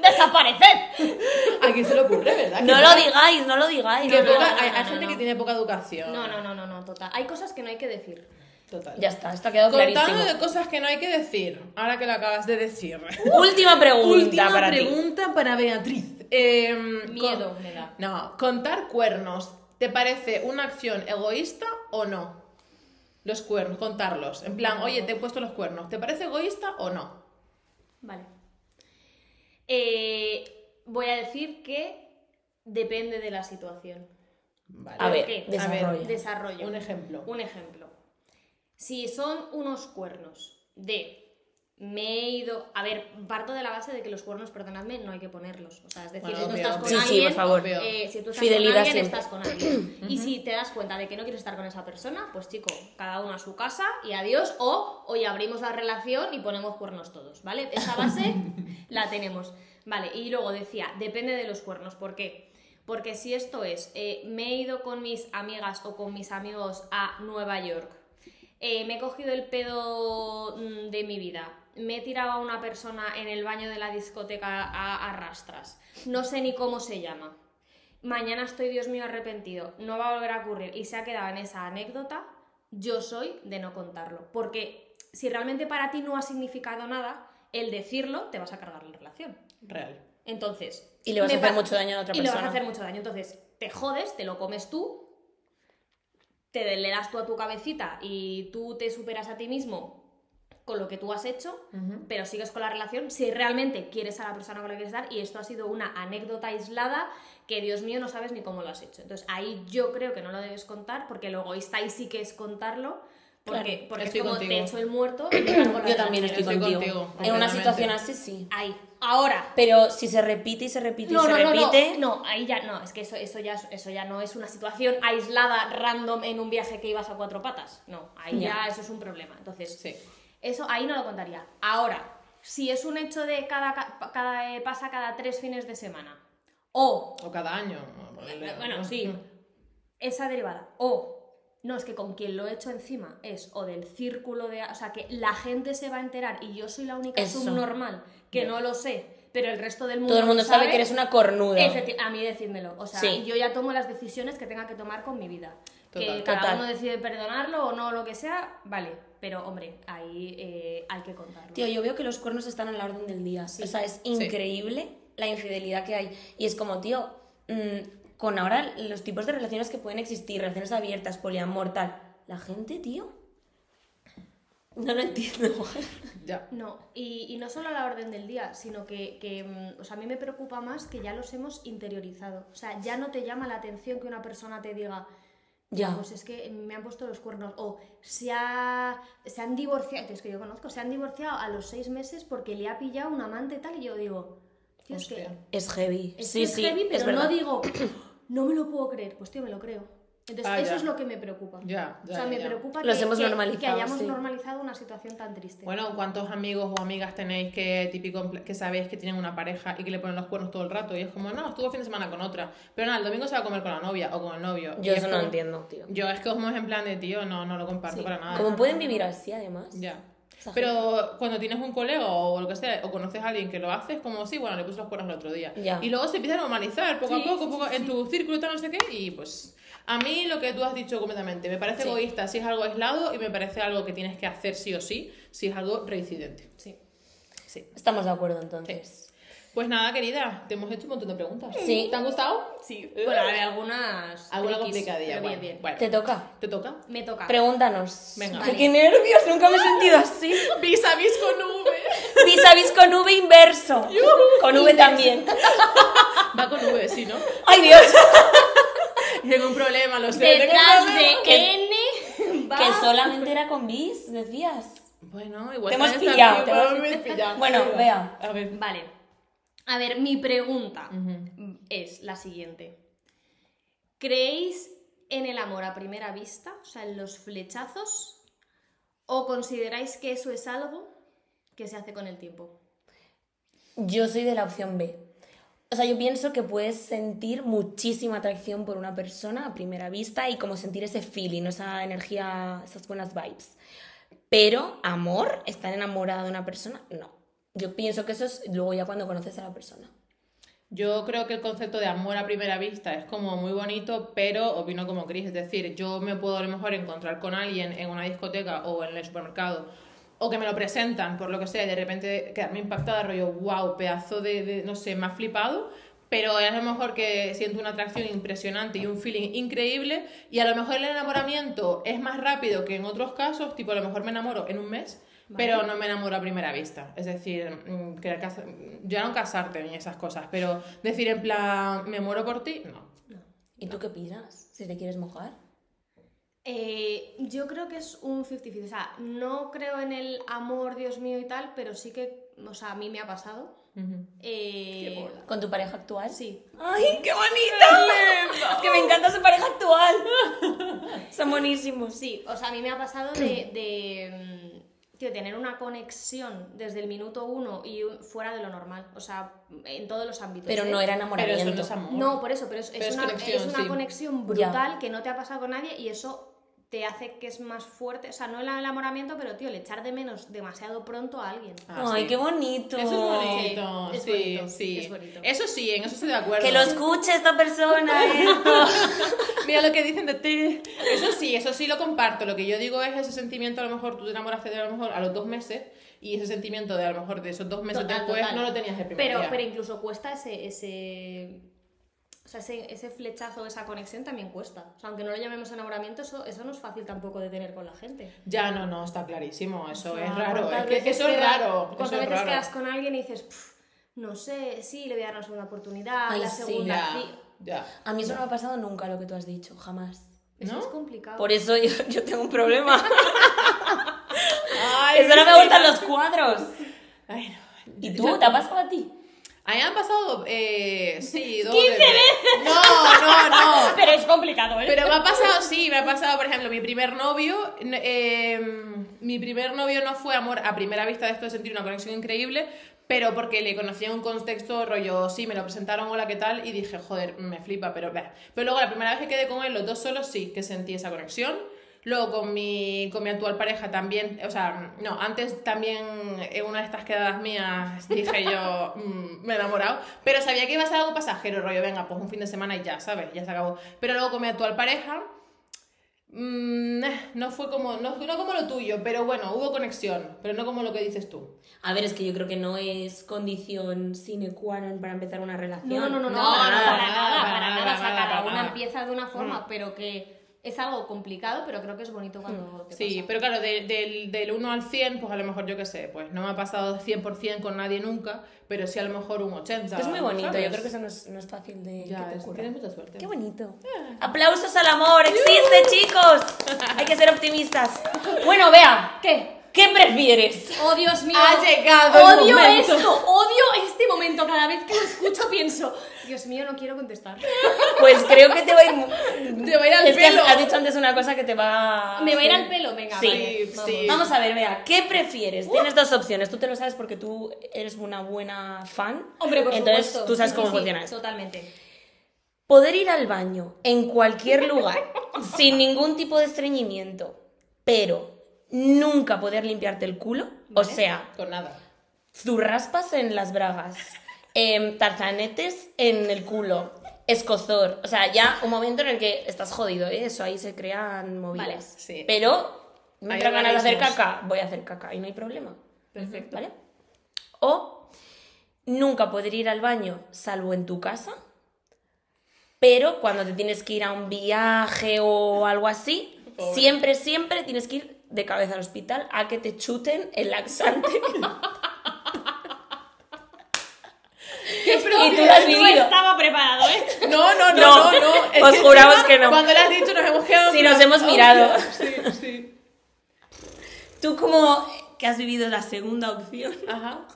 Speaker 4: ¡Desapareced!
Speaker 2: ¿a quién se le ocurre, verdad?
Speaker 3: No
Speaker 2: Que
Speaker 3: lo
Speaker 2: poca-
Speaker 3: digáis, no lo digáis.
Speaker 2: que
Speaker 3: no, no.
Speaker 2: poca-
Speaker 4: no,
Speaker 2: hay,
Speaker 4: no,
Speaker 2: hay
Speaker 4: no,
Speaker 2: gente
Speaker 4: no.
Speaker 2: que tiene poca educación.
Speaker 4: No, no, no, no, no, total. Hay cosas que no hay que decir.
Speaker 2: Total.
Speaker 3: Ya está, esto ha quedado
Speaker 2: Contando
Speaker 3: clarísimo.
Speaker 2: de cosas que no hay que decir, ahora que lo acabas de decir.
Speaker 3: Última pregunta
Speaker 2: Última
Speaker 3: para ti.
Speaker 2: pregunta para Beatriz. Em, con-
Speaker 4: Miedo me da.
Speaker 2: No, contar cuernos, ¿te parece una acción egoísta o no? Los cuernos, contarlos. En plan, oye, te he puesto los cuernos, ¿te parece egoísta o no?
Speaker 4: Vale. Eh, voy a decir que depende de la situación.
Speaker 2: Vale.
Speaker 3: A ver,
Speaker 4: ¿Por qué?
Speaker 3: desarrolla.
Speaker 2: A ver,
Speaker 4: Desarrollo.
Speaker 2: Un ejemplo.
Speaker 4: Un ejemplo. Si son unos cuernos de me he ido. A ver, parto de la base de que los cuernos, perdonadme, no hay que ponerlos. O sea, es decir,
Speaker 2: Bueno,
Speaker 4: si tú
Speaker 2: obvio,
Speaker 4: estás con
Speaker 2: obvio.
Speaker 3: Sí, sí,
Speaker 4: alguien,
Speaker 3: por favor.
Speaker 2: Obvio.
Speaker 4: eh, si tú estás
Speaker 3: Fidelidad
Speaker 4: con alguien,
Speaker 3: siempre.
Speaker 4: estás con alguien. y si te das cuenta de que no quieres estar con esa persona, pues chico, cada uno a su casa y adiós. O hoy abrimos la relación y ponemos cuernos todos, ¿vale? Esa base la tenemos. Vale, y luego decía, depende de los cuernos. ¿Por qué? Porque si esto es, eh, me he ido con mis amigas o con mis amigos a Nueva York, eh, me he cogido el pedo mm, de mi vida. Me he tirado a una persona en el baño de la discoteca a, a rastras. No sé ni cómo se llama. Mañana estoy, Dios mío, arrepentido. No va a volver a ocurrir. Y se ha quedado en esa anécdota. Yo soy de no contarlo. Porque si realmente para ti no ha significado nada, el decirlo te vas a cargar la relación.
Speaker 2: Real.
Speaker 4: Entonces.
Speaker 3: Y le vas a
Speaker 4: me
Speaker 3: hacer
Speaker 4: pa-
Speaker 3: mucho daño a otra
Speaker 4: Y le vas a
Speaker 3: persona.
Speaker 4: hacer mucho daño. Entonces, te jodes, te lo comes tú, te le das tú a tu cabecita y tú te superas a ti mismo con lo que tú has hecho,
Speaker 3: Ujú.
Speaker 4: pero sigues con la relación si realmente quieres a la persona con la que quieres estar y esto ha sido una anécdota aislada que Dios mío no sabes ni cómo lo has hecho. Entonces ahí yo creo que no lo debes contar porque lo egoísta ahí sí que es contarlo porque,
Speaker 3: Claro,
Speaker 4: porque es
Speaker 2: estoy
Speaker 4: como te
Speaker 2: contigo.
Speaker 4: echo el muerto y me cargo la
Speaker 3: Yo también
Speaker 4: relación.
Speaker 3: estoy,
Speaker 2: estoy
Speaker 3: contigo.
Speaker 2: contigo,
Speaker 3: en una
Speaker 2: completamente.
Speaker 3: situación así, sí.
Speaker 4: Ahí. Ahora.
Speaker 3: Pero si se repite y se repite y
Speaker 4: No,
Speaker 3: se
Speaker 4: no, no, no,
Speaker 3: repite.
Speaker 4: no, ahí ya no, es que eso, eso, ya, es- eso ya no es una situación aislada, random, en un viaje que ibas a cuatro patas. No, ahí
Speaker 3: Ya.
Speaker 4: ya eso es un problema. Entonces,
Speaker 2: Sí.
Speaker 4: eso ahí no lo contaría. Ahora, si es un hecho de cada, ca- cada eh, pasa cada tres fines de semana, o,
Speaker 2: O cada año. ponele,
Speaker 4: bueno,
Speaker 2: ¿no?
Speaker 4: sí, esa derivada, o, no, es que con quien lo he hecho encima es, o del círculo de, o sea, que la gente se va a enterar y yo soy la única
Speaker 3: Eso.
Speaker 4: subnormal que no lo sé, pero el resto del mundo
Speaker 3: Todo el mundo
Speaker 4: lo
Speaker 3: sabe que eres una cornuda.
Speaker 4: Efecti- a mí decídmelo. O sea,
Speaker 3: Sí.
Speaker 4: yo ya tomo las decisiones que tenga que tomar con mi vida.
Speaker 2: Total.
Speaker 4: Que cada
Speaker 3: Total.
Speaker 4: uno decide perdonarlo o no, lo que sea, vale. Pero, hombre, ahí eh, hay que contarlo.
Speaker 3: Tío, yo veo que los cuernos están a la orden del día. O sea, es increíble la infidelidad que hay. Y es como, tío, mm, con ahora los tipos de relaciones que pueden existir, relaciones abiertas, poliamor, tal. La gente, tío. No lo entiendo.
Speaker 2: Ya.
Speaker 4: No, y, y no solo a la orden del día, sino que, que, mm, o sea, a mí me preocupa más que ya los hemos interiorizado. O sea, ya no te llama la atención que una persona te diga,
Speaker 3: ya.
Speaker 4: Pues es que me han puesto los cuernos. O se, ha- se han divorciado, es que yo conozco, se han divorciado a los seis meses porque le ha pillado un amante tal. Y yo digo, tío, es que
Speaker 2: Hostia.
Speaker 3: Es heavy.
Speaker 4: es,
Speaker 3: sí,
Speaker 4: que es
Speaker 3: sí.
Speaker 4: heavy,
Speaker 3: es
Speaker 4: pero
Speaker 3: verdad.
Speaker 4: no digo, no me lo puedo creer. Pues tío, me lo creo. Entonces,
Speaker 2: Ah,
Speaker 4: eso
Speaker 2: ya.
Speaker 4: es lo que me preocupa.
Speaker 2: Ya, ya,
Speaker 4: o sea,
Speaker 2: ya,
Speaker 4: me
Speaker 2: ya.
Speaker 4: preocupa
Speaker 3: Los
Speaker 4: que,
Speaker 3: hemos
Speaker 4: que-
Speaker 3: normalizado,
Speaker 4: que hayamos
Speaker 3: sí.
Speaker 4: normalizado una situación tan
Speaker 3: Este,
Speaker 4: triste.
Speaker 2: Bueno, ¿cuántos amigos o amigas tenéis que típico en pla- que sabéis que tienen una pareja y que le ponen los cuernos todo el rato? Y es como, no, estuvo fin de semana con otra. Pero nada, el domingo se va a comer con la novia o con el novio. Y
Speaker 3: Yo
Speaker 2: es
Speaker 3: eso no
Speaker 2: como-
Speaker 3: entiendo, tío.
Speaker 2: Yo es que como es en plan de tío, no, no lo comparto para
Speaker 4: Ah.
Speaker 2: nada.
Speaker 3: ¿Cómo pueden vivir así, además?
Speaker 2: Ya.
Speaker 3: Esa
Speaker 2: Pero cuando tienes un colega o lo que sea, o conoces a alguien que lo hace, es como, sí, bueno, le puse los cuernos el otro día.
Speaker 3: Ya.
Speaker 2: Y luego se empieza a normalizar poco
Speaker 4: Sí,
Speaker 2: a poco,
Speaker 4: sí,
Speaker 2: poco
Speaker 4: sí,
Speaker 2: en
Speaker 4: sí.
Speaker 2: tu círculo, tal, no sé qué. Y pues, a mí lo que tú has dicho completamente, me parece
Speaker 3: Sí.
Speaker 2: egoísta si es algo aislado y me parece algo que tienes que hacer sí o sí, si es algo reincidente.
Speaker 4: Sí.
Speaker 2: Sí.
Speaker 3: Estamos de acuerdo, entonces.
Speaker 2: Pues nada, querida, te hemos hecho un montón de preguntas.
Speaker 3: Sí.
Speaker 2: ¿Te han gustado?
Speaker 4: Sí. Bueno, hay algunas.
Speaker 2: Alguna
Speaker 4: triquis,
Speaker 2: complicadilla.
Speaker 4: pero
Speaker 2: Bueno,
Speaker 4: bien, bien.
Speaker 2: bueno.
Speaker 3: Te toca.
Speaker 2: ¿Te toca?
Speaker 4: Me toca.
Speaker 3: Pregúntanos.
Speaker 2: Venga.
Speaker 3: Ay,
Speaker 2: Vale.
Speaker 3: ¡Qué nervios! Nunca me he sentido así.
Speaker 2: Vis a vis con V.
Speaker 3: Vis a vis con V inverso. Con V también.
Speaker 2: Va con V, sí, ¿no?
Speaker 3: ¡Ay, Dios!
Speaker 2: Tengo un problema, lo sé.
Speaker 4: Detrás
Speaker 2: tengo un
Speaker 4: de
Speaker 2: problema.
Speaker 4: N va-
Speaker 3: Que solamente era con bis, decías.
Speaker 2: Bueno, igual
Speaker 3: Te hemos
Speaker 2: sabes
Speaker 3: pillado,
Speaker 2: también,
Speaker 3: te hemos
Speaker 2: me habéis pillado.
Speaker 3: Bueno, vea.
Speaker 2: A ver.
Speaker 4: Vale. A ver, mi pregunta
Speaker 2: Ujú.
Speaker 4: es la siguiente. ¿Creéis en el amor a primera vista? O sea, en los flechazos. ¿O consideráis que eso es algo que se hace con el tiempo?
Speaker 3: Yo soy de la opción B. O sea, yo pienso que puedes sentir muchísima atracción por una persona a primera vista y como sentir ese feeling, esa energía, esas buenas vibes. Pero amor, estar enamorada de una persona, no. Yo pienso que eso es luego ya cuando conoces a la persona.
Speaker 2: Yo creo que el concepto de amor a primera vista es como muy bonito, pero opino como Chris. Es decir, yo me puedo a lo mejor encontrar con alguien en una discoteca o en el supermercado, o que me lo presentan por lo que sea, y de repente quedarme impactada, rollo, wow, pedazo de, de- no sé, me ha flipado. Pero es a lo mejor que siento una atracción impresionante y un feeling increíble, y a lo mejor el enamoramiento es más rápido que en otros casos, tipo a lo mejor me enamoro en un mes, pero no me enamoro a primera vista. Es decir, mm, que cas- ya no casarte ni esas cosas, pero decir en plan, me muero por ti, no.
Speaker 3: ¿Y tú qué opinas? Si te quieres mojar.
Speaker 4: Eh, yo creo que es un 50-50. O sea, no creo en el amor, Dios mío y tal, pero sí que, o sea, a mí me ha pasado.
Speaker 2: Ujú.
Speaker 4: Eh,
Speaker 3: ¿Con tu pareja actual?
Speaker 4: sí.
Speaker 3: ¡Ay, qué bonito! es que me encanta su pareja actual. Son buenísimos.
Speaker 4: Sí, o sea, a mí me ha pasado de, de, mm, tío, tener una conexión desde el minuto uno y un- fuera de lo normal, o sea, en todos los ámbitos.
Speaker 3: Pero
Speaker 4: ¿eh?
Speaker 3: no era
Speaker 2: Pero
Speaker 3: enamoramiento.
Speaker 2: eso no es amor.
Speaker 4: No, por eso, pero es, es
Speaker 2: Pero es
Speaker 4: una,
Speaker 2: conexión,
Speaker 4: es una
Speaker 2: sí.
Speaker 4: conexión brutal que no te ha pasado con nadie y eso te hace que es más fuerte, o sea, no el enamoramiento, pero tío, el echar de menos demasiado pronto a alguien.
Speaker 2: Ah,
Speaker 3: Ay,
Speaker 2: sí.
Speaker 3: qué bonito.
Speaker 2: Eso es bonito,
Speaker 4: Sí, es
Speaker 2: sí,
Speaker 4: bonito,
Speaker 2: sí.
Speaker 4: es bonito.
Speaker 2: Eso sí, en eso estoy de acuerdo.
Speaker 3: Que lo escuche esta persona esto.
Speaker 2: Mira lo que dicen de ti. Eso sí, eso sí lo comparto. Lo que yo digo es ese sentimiento, a lo mejor tú te enamoraste de a lo mejor a los dos meses y ese sentimiento de a lo mejor de esos dos meses
Speaker 4: Total,
Speaker 2: después
Speaker 4: total.
Speaker 2: no lo tenías el primer
Speaker 4: Pero,
Speaker 2: día.
Speaker 4: pero incluso cuesta ese, ese O sea, ese, ese flechazo, esa conexión también cuesta. O sea, aunque no lo llamemos enamoramiento, eso, eso no es fácil tampoco de tener con la gente.
Speaker 2: Ya, no, no, está clarísimo. Eso
Speaker 4: O sea,
Speaker 2: es raro.
Speaker 4: ¿cuántas
Speaker 2: Es que
Speaker 4: veces
Speaker 2: eso es
Speaker 4: queda-
Speaker 2: raro.
Speaker 4: ¿Cuántas
Speaker 2: eso es
Speaker 4: veces
Speaker 2: raro.
Speaker 4: quedas con alguien y dices, "Pff, no sé, sí, le voy a dar una segunda oportunidad,
Speaker 3: Ay,
Speaker 4: la
Speaker 3: sí,
Speaker 4: segunda.
Speaker 2: Ya,
Speaker 4: sí".
Speaker 2: ya.
Speaker 3: A mí eso no me ha pasado nunca lo que tú has dicho, jamás.
Speaker 4: Eso
Speaker 2: ¿No?
Speaker 4: es complicado.
Speaker 3: Por eso yo, yo tengo un problema.
Speaker 2: Ay,
Speaker 3: eso no me
Speaker 2: sí.
Speaker 3: gustan los cuadros.
Speaker 2: Ay, no.
Speaker 3: ¿Y tú? ¿Te ha pasado a ti?
Speaker 2: A mí me han pasado, eh, sí, dos
Speaker 3: 15
Speaker 2: veces. No, no, no.
Speaker 3: Pero es complicado, ¿eh?
Speaker 2: Pero me ha pasado, sí, me ha pasado, por ejemplo, mi primer novio. n- eh, mi primer novio no fue amor a primera vista de esto de sentir una conexión increíble, pero porque le conocí en un contexto rollo, sí, me lo presentaron, hola, ¿qué tal? Y dije, joder, me flipa, pero bah. Pero luego la primera vez que quedé con él, los dos solos, sí, que sentí esa conexión. Luego con mi, con mi actual pareja también, o sea, no, antes también en una de estas quedadas mías dije yo, "Mm, me he enamorado, pero sabía que iba a ser algo pasajero, rollo, venga, pues un fin de semana y ya, ¿sabes? Ya se acabó. Pero luego con mi actual pareja, mm, eh, no fue como, no, no como lo tuyo, pero bueno, hubo conexión, pero no como lo que dices tú.
Speaker 3: A ver, es que yo creo que no es condición sine qua non para empezar una relación.
Speaker 4: No, no, no, no,
Speaker 2: No,
Speaker 4: para,
Speaker 2: no,
Speaker 4: nada,
Speaker 2: para
Speaker 4: para nada,
Speaker 2: nada,
Speaker 4: para nada. O sea,
Speaker 2: para nada,
Speaker 4: cada
Speaker 2: para
Speaker 4: una
Speaker 2: nada. Mm.
Speaker 4: empieza de una forma, pero que es algo complicado, pero creo que es bonito cuando te
Speaker 2: Mm. Sí,
Speaker 4: pasa.
Speaker 2: pero claro, de- del, del 1 al 100, pues a lo mejor yo qué sé, pues no me ha pasado 100% con nadie nunca, pero sí a lo mejor un 80.
Speaker 3: Es muy bonito,
Speaker 2: ¿sabes?
Speaker 3: yo creo que eso no es, no es fácil de
Speaker 2: Ya,
Speaker 3: que te
Speaker 2: es-
Speaker 3: ocurra.
Speaker 2: tienes mucha suerte.
Speaker 3: Qué bonito. Aplausos al amor, existe, chicos. Hay que ser optimistas. Bueno, vea,
Speaker 4: ¿Qué?
Speaker 3: ¿qué prefieres?
Speaker 4: ¡Oh, Dios mío!
Speaker 2: Ha llegado el
Speaker 4: ¡Odio
Speaker 2: momento.
Speaker 4: esto! ¡Odio este momento! Cada vez que lo escucho pienso, Dios mío, no quiero contestar.
Speaker 3: Pues creo que te va a ir mu-
Speaker 2: Te va a ir al
Speaker 3: es que has-
Speaker 2: pelo.
Speaker 3: has, dicho antes una cosa que te va
Speaker 4: Me va a ir al pelo, venga,
Speaker 3: Ah, Sí.
Speaker 4: vale, Uh. vamos.
Speaker 2: Sí.
Speaker 3: Vamos a ver, vea, ¿qué prefieres? Tienes dos opciones, tú te lo sabes porque tú eres una buena fan.
Speaker 4: Hombre, por
Speaker 3: Entonces
Speaker 4: supuesto.
Speaker 3: tú sabes
Speaker 4: Sí,
Speaker 3: cómo
Speaker 4: sí,
Speaker 3: funciona esto.
Speaker 4: Totalmente.
Speaker 3: Poder ir al baño en cualquier lugar sin ningún tipo de estreñimiento, pero nunca poder limpiarte el culo, o sea,
Speaker 2: Con nada.
Speaker 3: zurraspas en las bragas, em, tarzanetes en el culo, escozor, o sea, ya un momento en el que estás jodido, ¿eh? eso ahí se crean movidas.
Speaker 4: Vale,
Speaker 2: sí.
Speaker 3: Pero me
Speaker 2: Hay
Speaker 3: entra ganas de hacer
Speaker 2: organismos.
Speaker 3: caca, voy a hacer caca y no hay problema.
Speaker 4: Perfecto.
Speaker 3: ¿Vale? O nunca poder ir al baño salvo en tu casa, pero cuando te tienes que ir a un viaje o algo así,
Speaker 2: Pobre.
Speaker 3: siempre, siempre tienes que ir de cabeza al hospital a que te chuten el laxante.
Speaker 2: ¿Qué
Speaker 3: y tú lo has
Speaker 2: propio.
Speaker 3: vivido.
Speaker 4: preparado, ¿eh?
Speaker 2: No, no, no,
Speaker 3: No,
Speaker 2: no, no. Es
Speaker 3: os juramos
Speaker 2: encima,
Speaker 3: que no.
Speaker 2: Cuando lo has dicho nos hemos quedado.
Speaker 3: Sí,
Speaker 2: en plan,
Speaker 3: nos hemos
Speaker 2: "Hostia".
Speaker 3: mirado.
Speaker 2: Sí, sí.
Speaker 3: Tú como que has vivido la segunda opción.
Speaker 2: Ajá.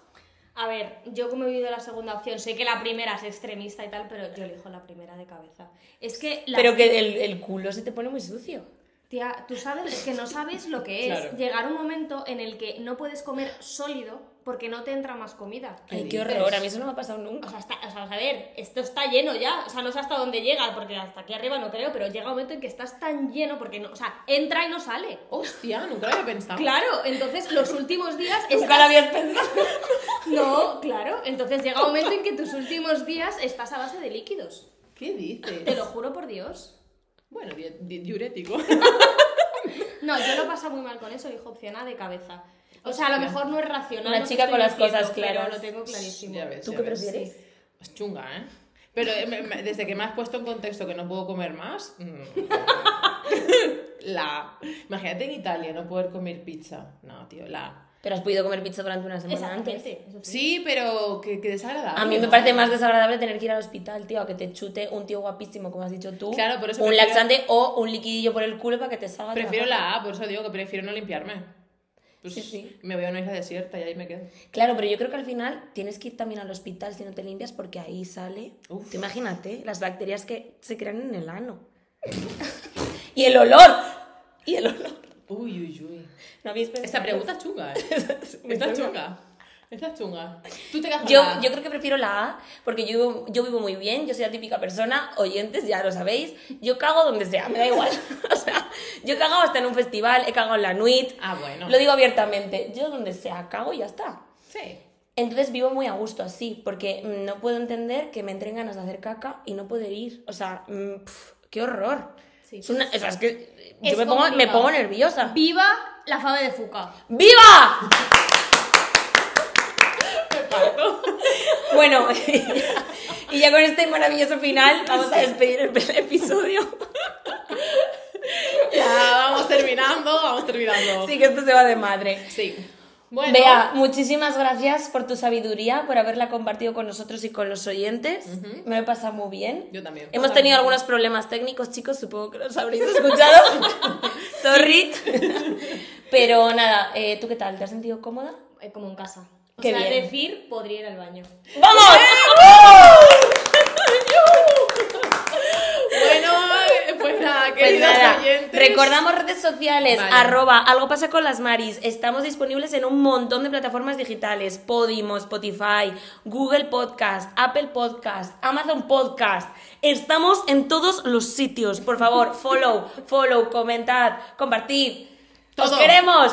Speaker 4: A ver, yo como he vivido la segunda opción, sé que la primera es extremista y tal, pero yo elijo la primera de cabeza. Es que la
Speaker 3: Pero que el, el culo se te pone muy sucio.
Speaker 4: Tía, tú sabes, es que no sabes lo que es
Speaker 2: Claro.
Speaker 4: llegar un momento en el que no puedes comer sólido porque no te entra más comida.
Speaker 2: ¿Qué
Speaker 3: Ay, qué
Speaker 2: dices?
Speaker 3: horror, a mí eso no me ha pasado
Speaker 4: O
Speaker 3: nunca.
Speaker 4: sea, está, o sea, a ver, esto está lleno ya, o sea, no sé hasta dónde llega, porque hasta aquí arriba no creo, pero llega un momento en que estás tan lleno porque no, o sea, entra y no sale.
Speaker 2: Hostia, nunca lo había pensado.
Speaker 4: Claro, entonces los últimos días
Speaker 3: Nunca
Speaker 4: estás-
Speaker 3: lo habías pensado.
Speaker 4: No, claro, entonces llega un momento en que tus últimos días estás a base de líquidos.
Speaker 2: ¿Qué dices?
Speaker 4: Te lo juro por Dios.
Speaker 2: Bueno, di- di- diurético.
Speaker 4: No, yo lo paso muy mal con eso, hijo opción A de cabeza. O sea, a lo mejor no es racional.
Speaker 3: Una
Speaker 4: lo que
Speaker 3: chica
Speaker 4: estoy
Speaker 3: con las
Speaker 4: diciendo,
Speaker 3: cosas
Speaker 4: pero
Speaker 3: claras.
Speaker 4: lo tengo clarísimo.
Speaker 2: ya ves.
Speaker 3: ¿Tú
Speaker 2: ya
Speaker 3: qué
Speaker 2: ves.
Speaker 3: prefieres?
Speaker 2: Es chunga, ¿eh? Pero eh, me- me- desde que me has puesto en contexto que no puedo comer más. mm. la. Imagínate en Italia no poder comer pizza. No, tío, la.
Speaker 3: Pero has podido comer pizza durante una semana antes.
Speaker 4: Exactamente. eso sí.
Speaker 2: Sí, pero que, que desagradable.
Speaker 3: A mí me
Speaker 2: ¿no?
Speaker 3: parece más desagradable tener que ir al hospital, tío, a que te chute un tío guapísimo, como has dicho tú.
Speaker 2: Claro, por eso
Speaker 3: Un
Speaker 2: prefiero-
Speaker 3: laxante o un liquidillo por el culo para que te salga. de
Speaker 2: Prefiero
Speaker 3: caca.
Speaker 2: la A, por eso digo que prefiero no limpiarme. Pues
Speaker 3: Sí, sí.
Speaker 2: me voy a una isla desierta y ahí me quedo.
Speaker 3: Claro, pero yo creo que al final tienes que ir también al hospital si no te limpias porque ahí sale.
Speaker 2: Uf.
Speaker 3: Tú imagínate las bacterias que se crean en el ano. y el olor. Y el olor.
Speaker 2: Uy, uy, uy.
Speaker 3: No habéis pensado.
Speaker 2: Esta pregunta es chunga, ¿eh?
Speaker 3: muy
Speaker 2: Esta es chunga. Esta es chunga. Tú te quedas con
Speaker 3: Yo,
Speaker 2: la A.
Speaker 3: yo creo que prefiero la A, porque yo, yo vivo muy bien, yo soy la típica persona, oyentes ya lo sabéis, yo cago donde sea, me da igual. O sea, yo he cagado hasta en un festival, he cagado en la NUIT,
Speaker 2: Ah, bueno.
Speaker 3: lo digo abiertamente, yo donde sea cago y ya está.
Speaker 2: Sí.
Speaker 3: Entonces vivo muy a gusto así, porque mm, no puedo entender que me entren ganas de hacer caca y no poder ir. O sea, mm, pf, qué horror.
Speaker 4: Sí.
Speaker 3: Es una- o sea, es que yo
Speaker 4: Es
Speaker 3: me pongo, me
Speaker 4: complicado.
Speaker 3: pongo nerviosa.
Speaker 4: Viva la fave de Fuca.
Speaker 3: ¡Viva! Bueno, y ya con este maravilloso final vamos a despedir el episodio.
Speaker 2: Ya, vamos terminando, vamos terminando.
Speaker 3: Así que esto se va de madre.
Speaker 2: Sí. Bueno,
Speaker 3: Bea, muchísimas gracias por tu sabiduría, por haberla compartido con nosotros y con los oyentes. Me lo he pasado muy bien.
Speaker 2: Yo también.
Speaker 3: Hemos tenido algunos problemas técnicos, chicos, supongo que los habréis escuchado. Sorry. Pero nada, eh, ¿tú qué tal? ¿Te has sentido cómoda?
Speaker 4: Eh, Como en casa. O
Speaker 3: Qué
Speaker 4: sea,
Speaker 3: bien.
Speaker 4: decir, podría ir al baño.
Speaker 3: ¡Vamos!
Speaker 2: Bueno, pues nada,
Speaker 3: Pues
Speaker 2: queridos
Speaker 3: nada,
Speaker 2: oyentes.
Speaker 3: recordamos redes sociales,
Speaker 2: Vale.
Speaker 3: arroba, algo pasa con las Maris. Estamos disponibles en un montón de plataformas digitales, Podimo, Spotify, Google Podcast, Apple Podcast, Amazon Podcast. Estamos en todos los sitios. Por favor, follow, follow, comentad, compartid. ¡Os
Speaker 2: Todo.
Speaker 3: queremos!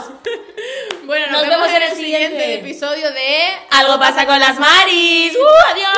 Speaker 2: Bueno,
Speaker 3: nos vemos en el siguiente.
Speaker 2: episodio de
Speaker 3: Algo pasa con las Maris. ¡Uh, adiós!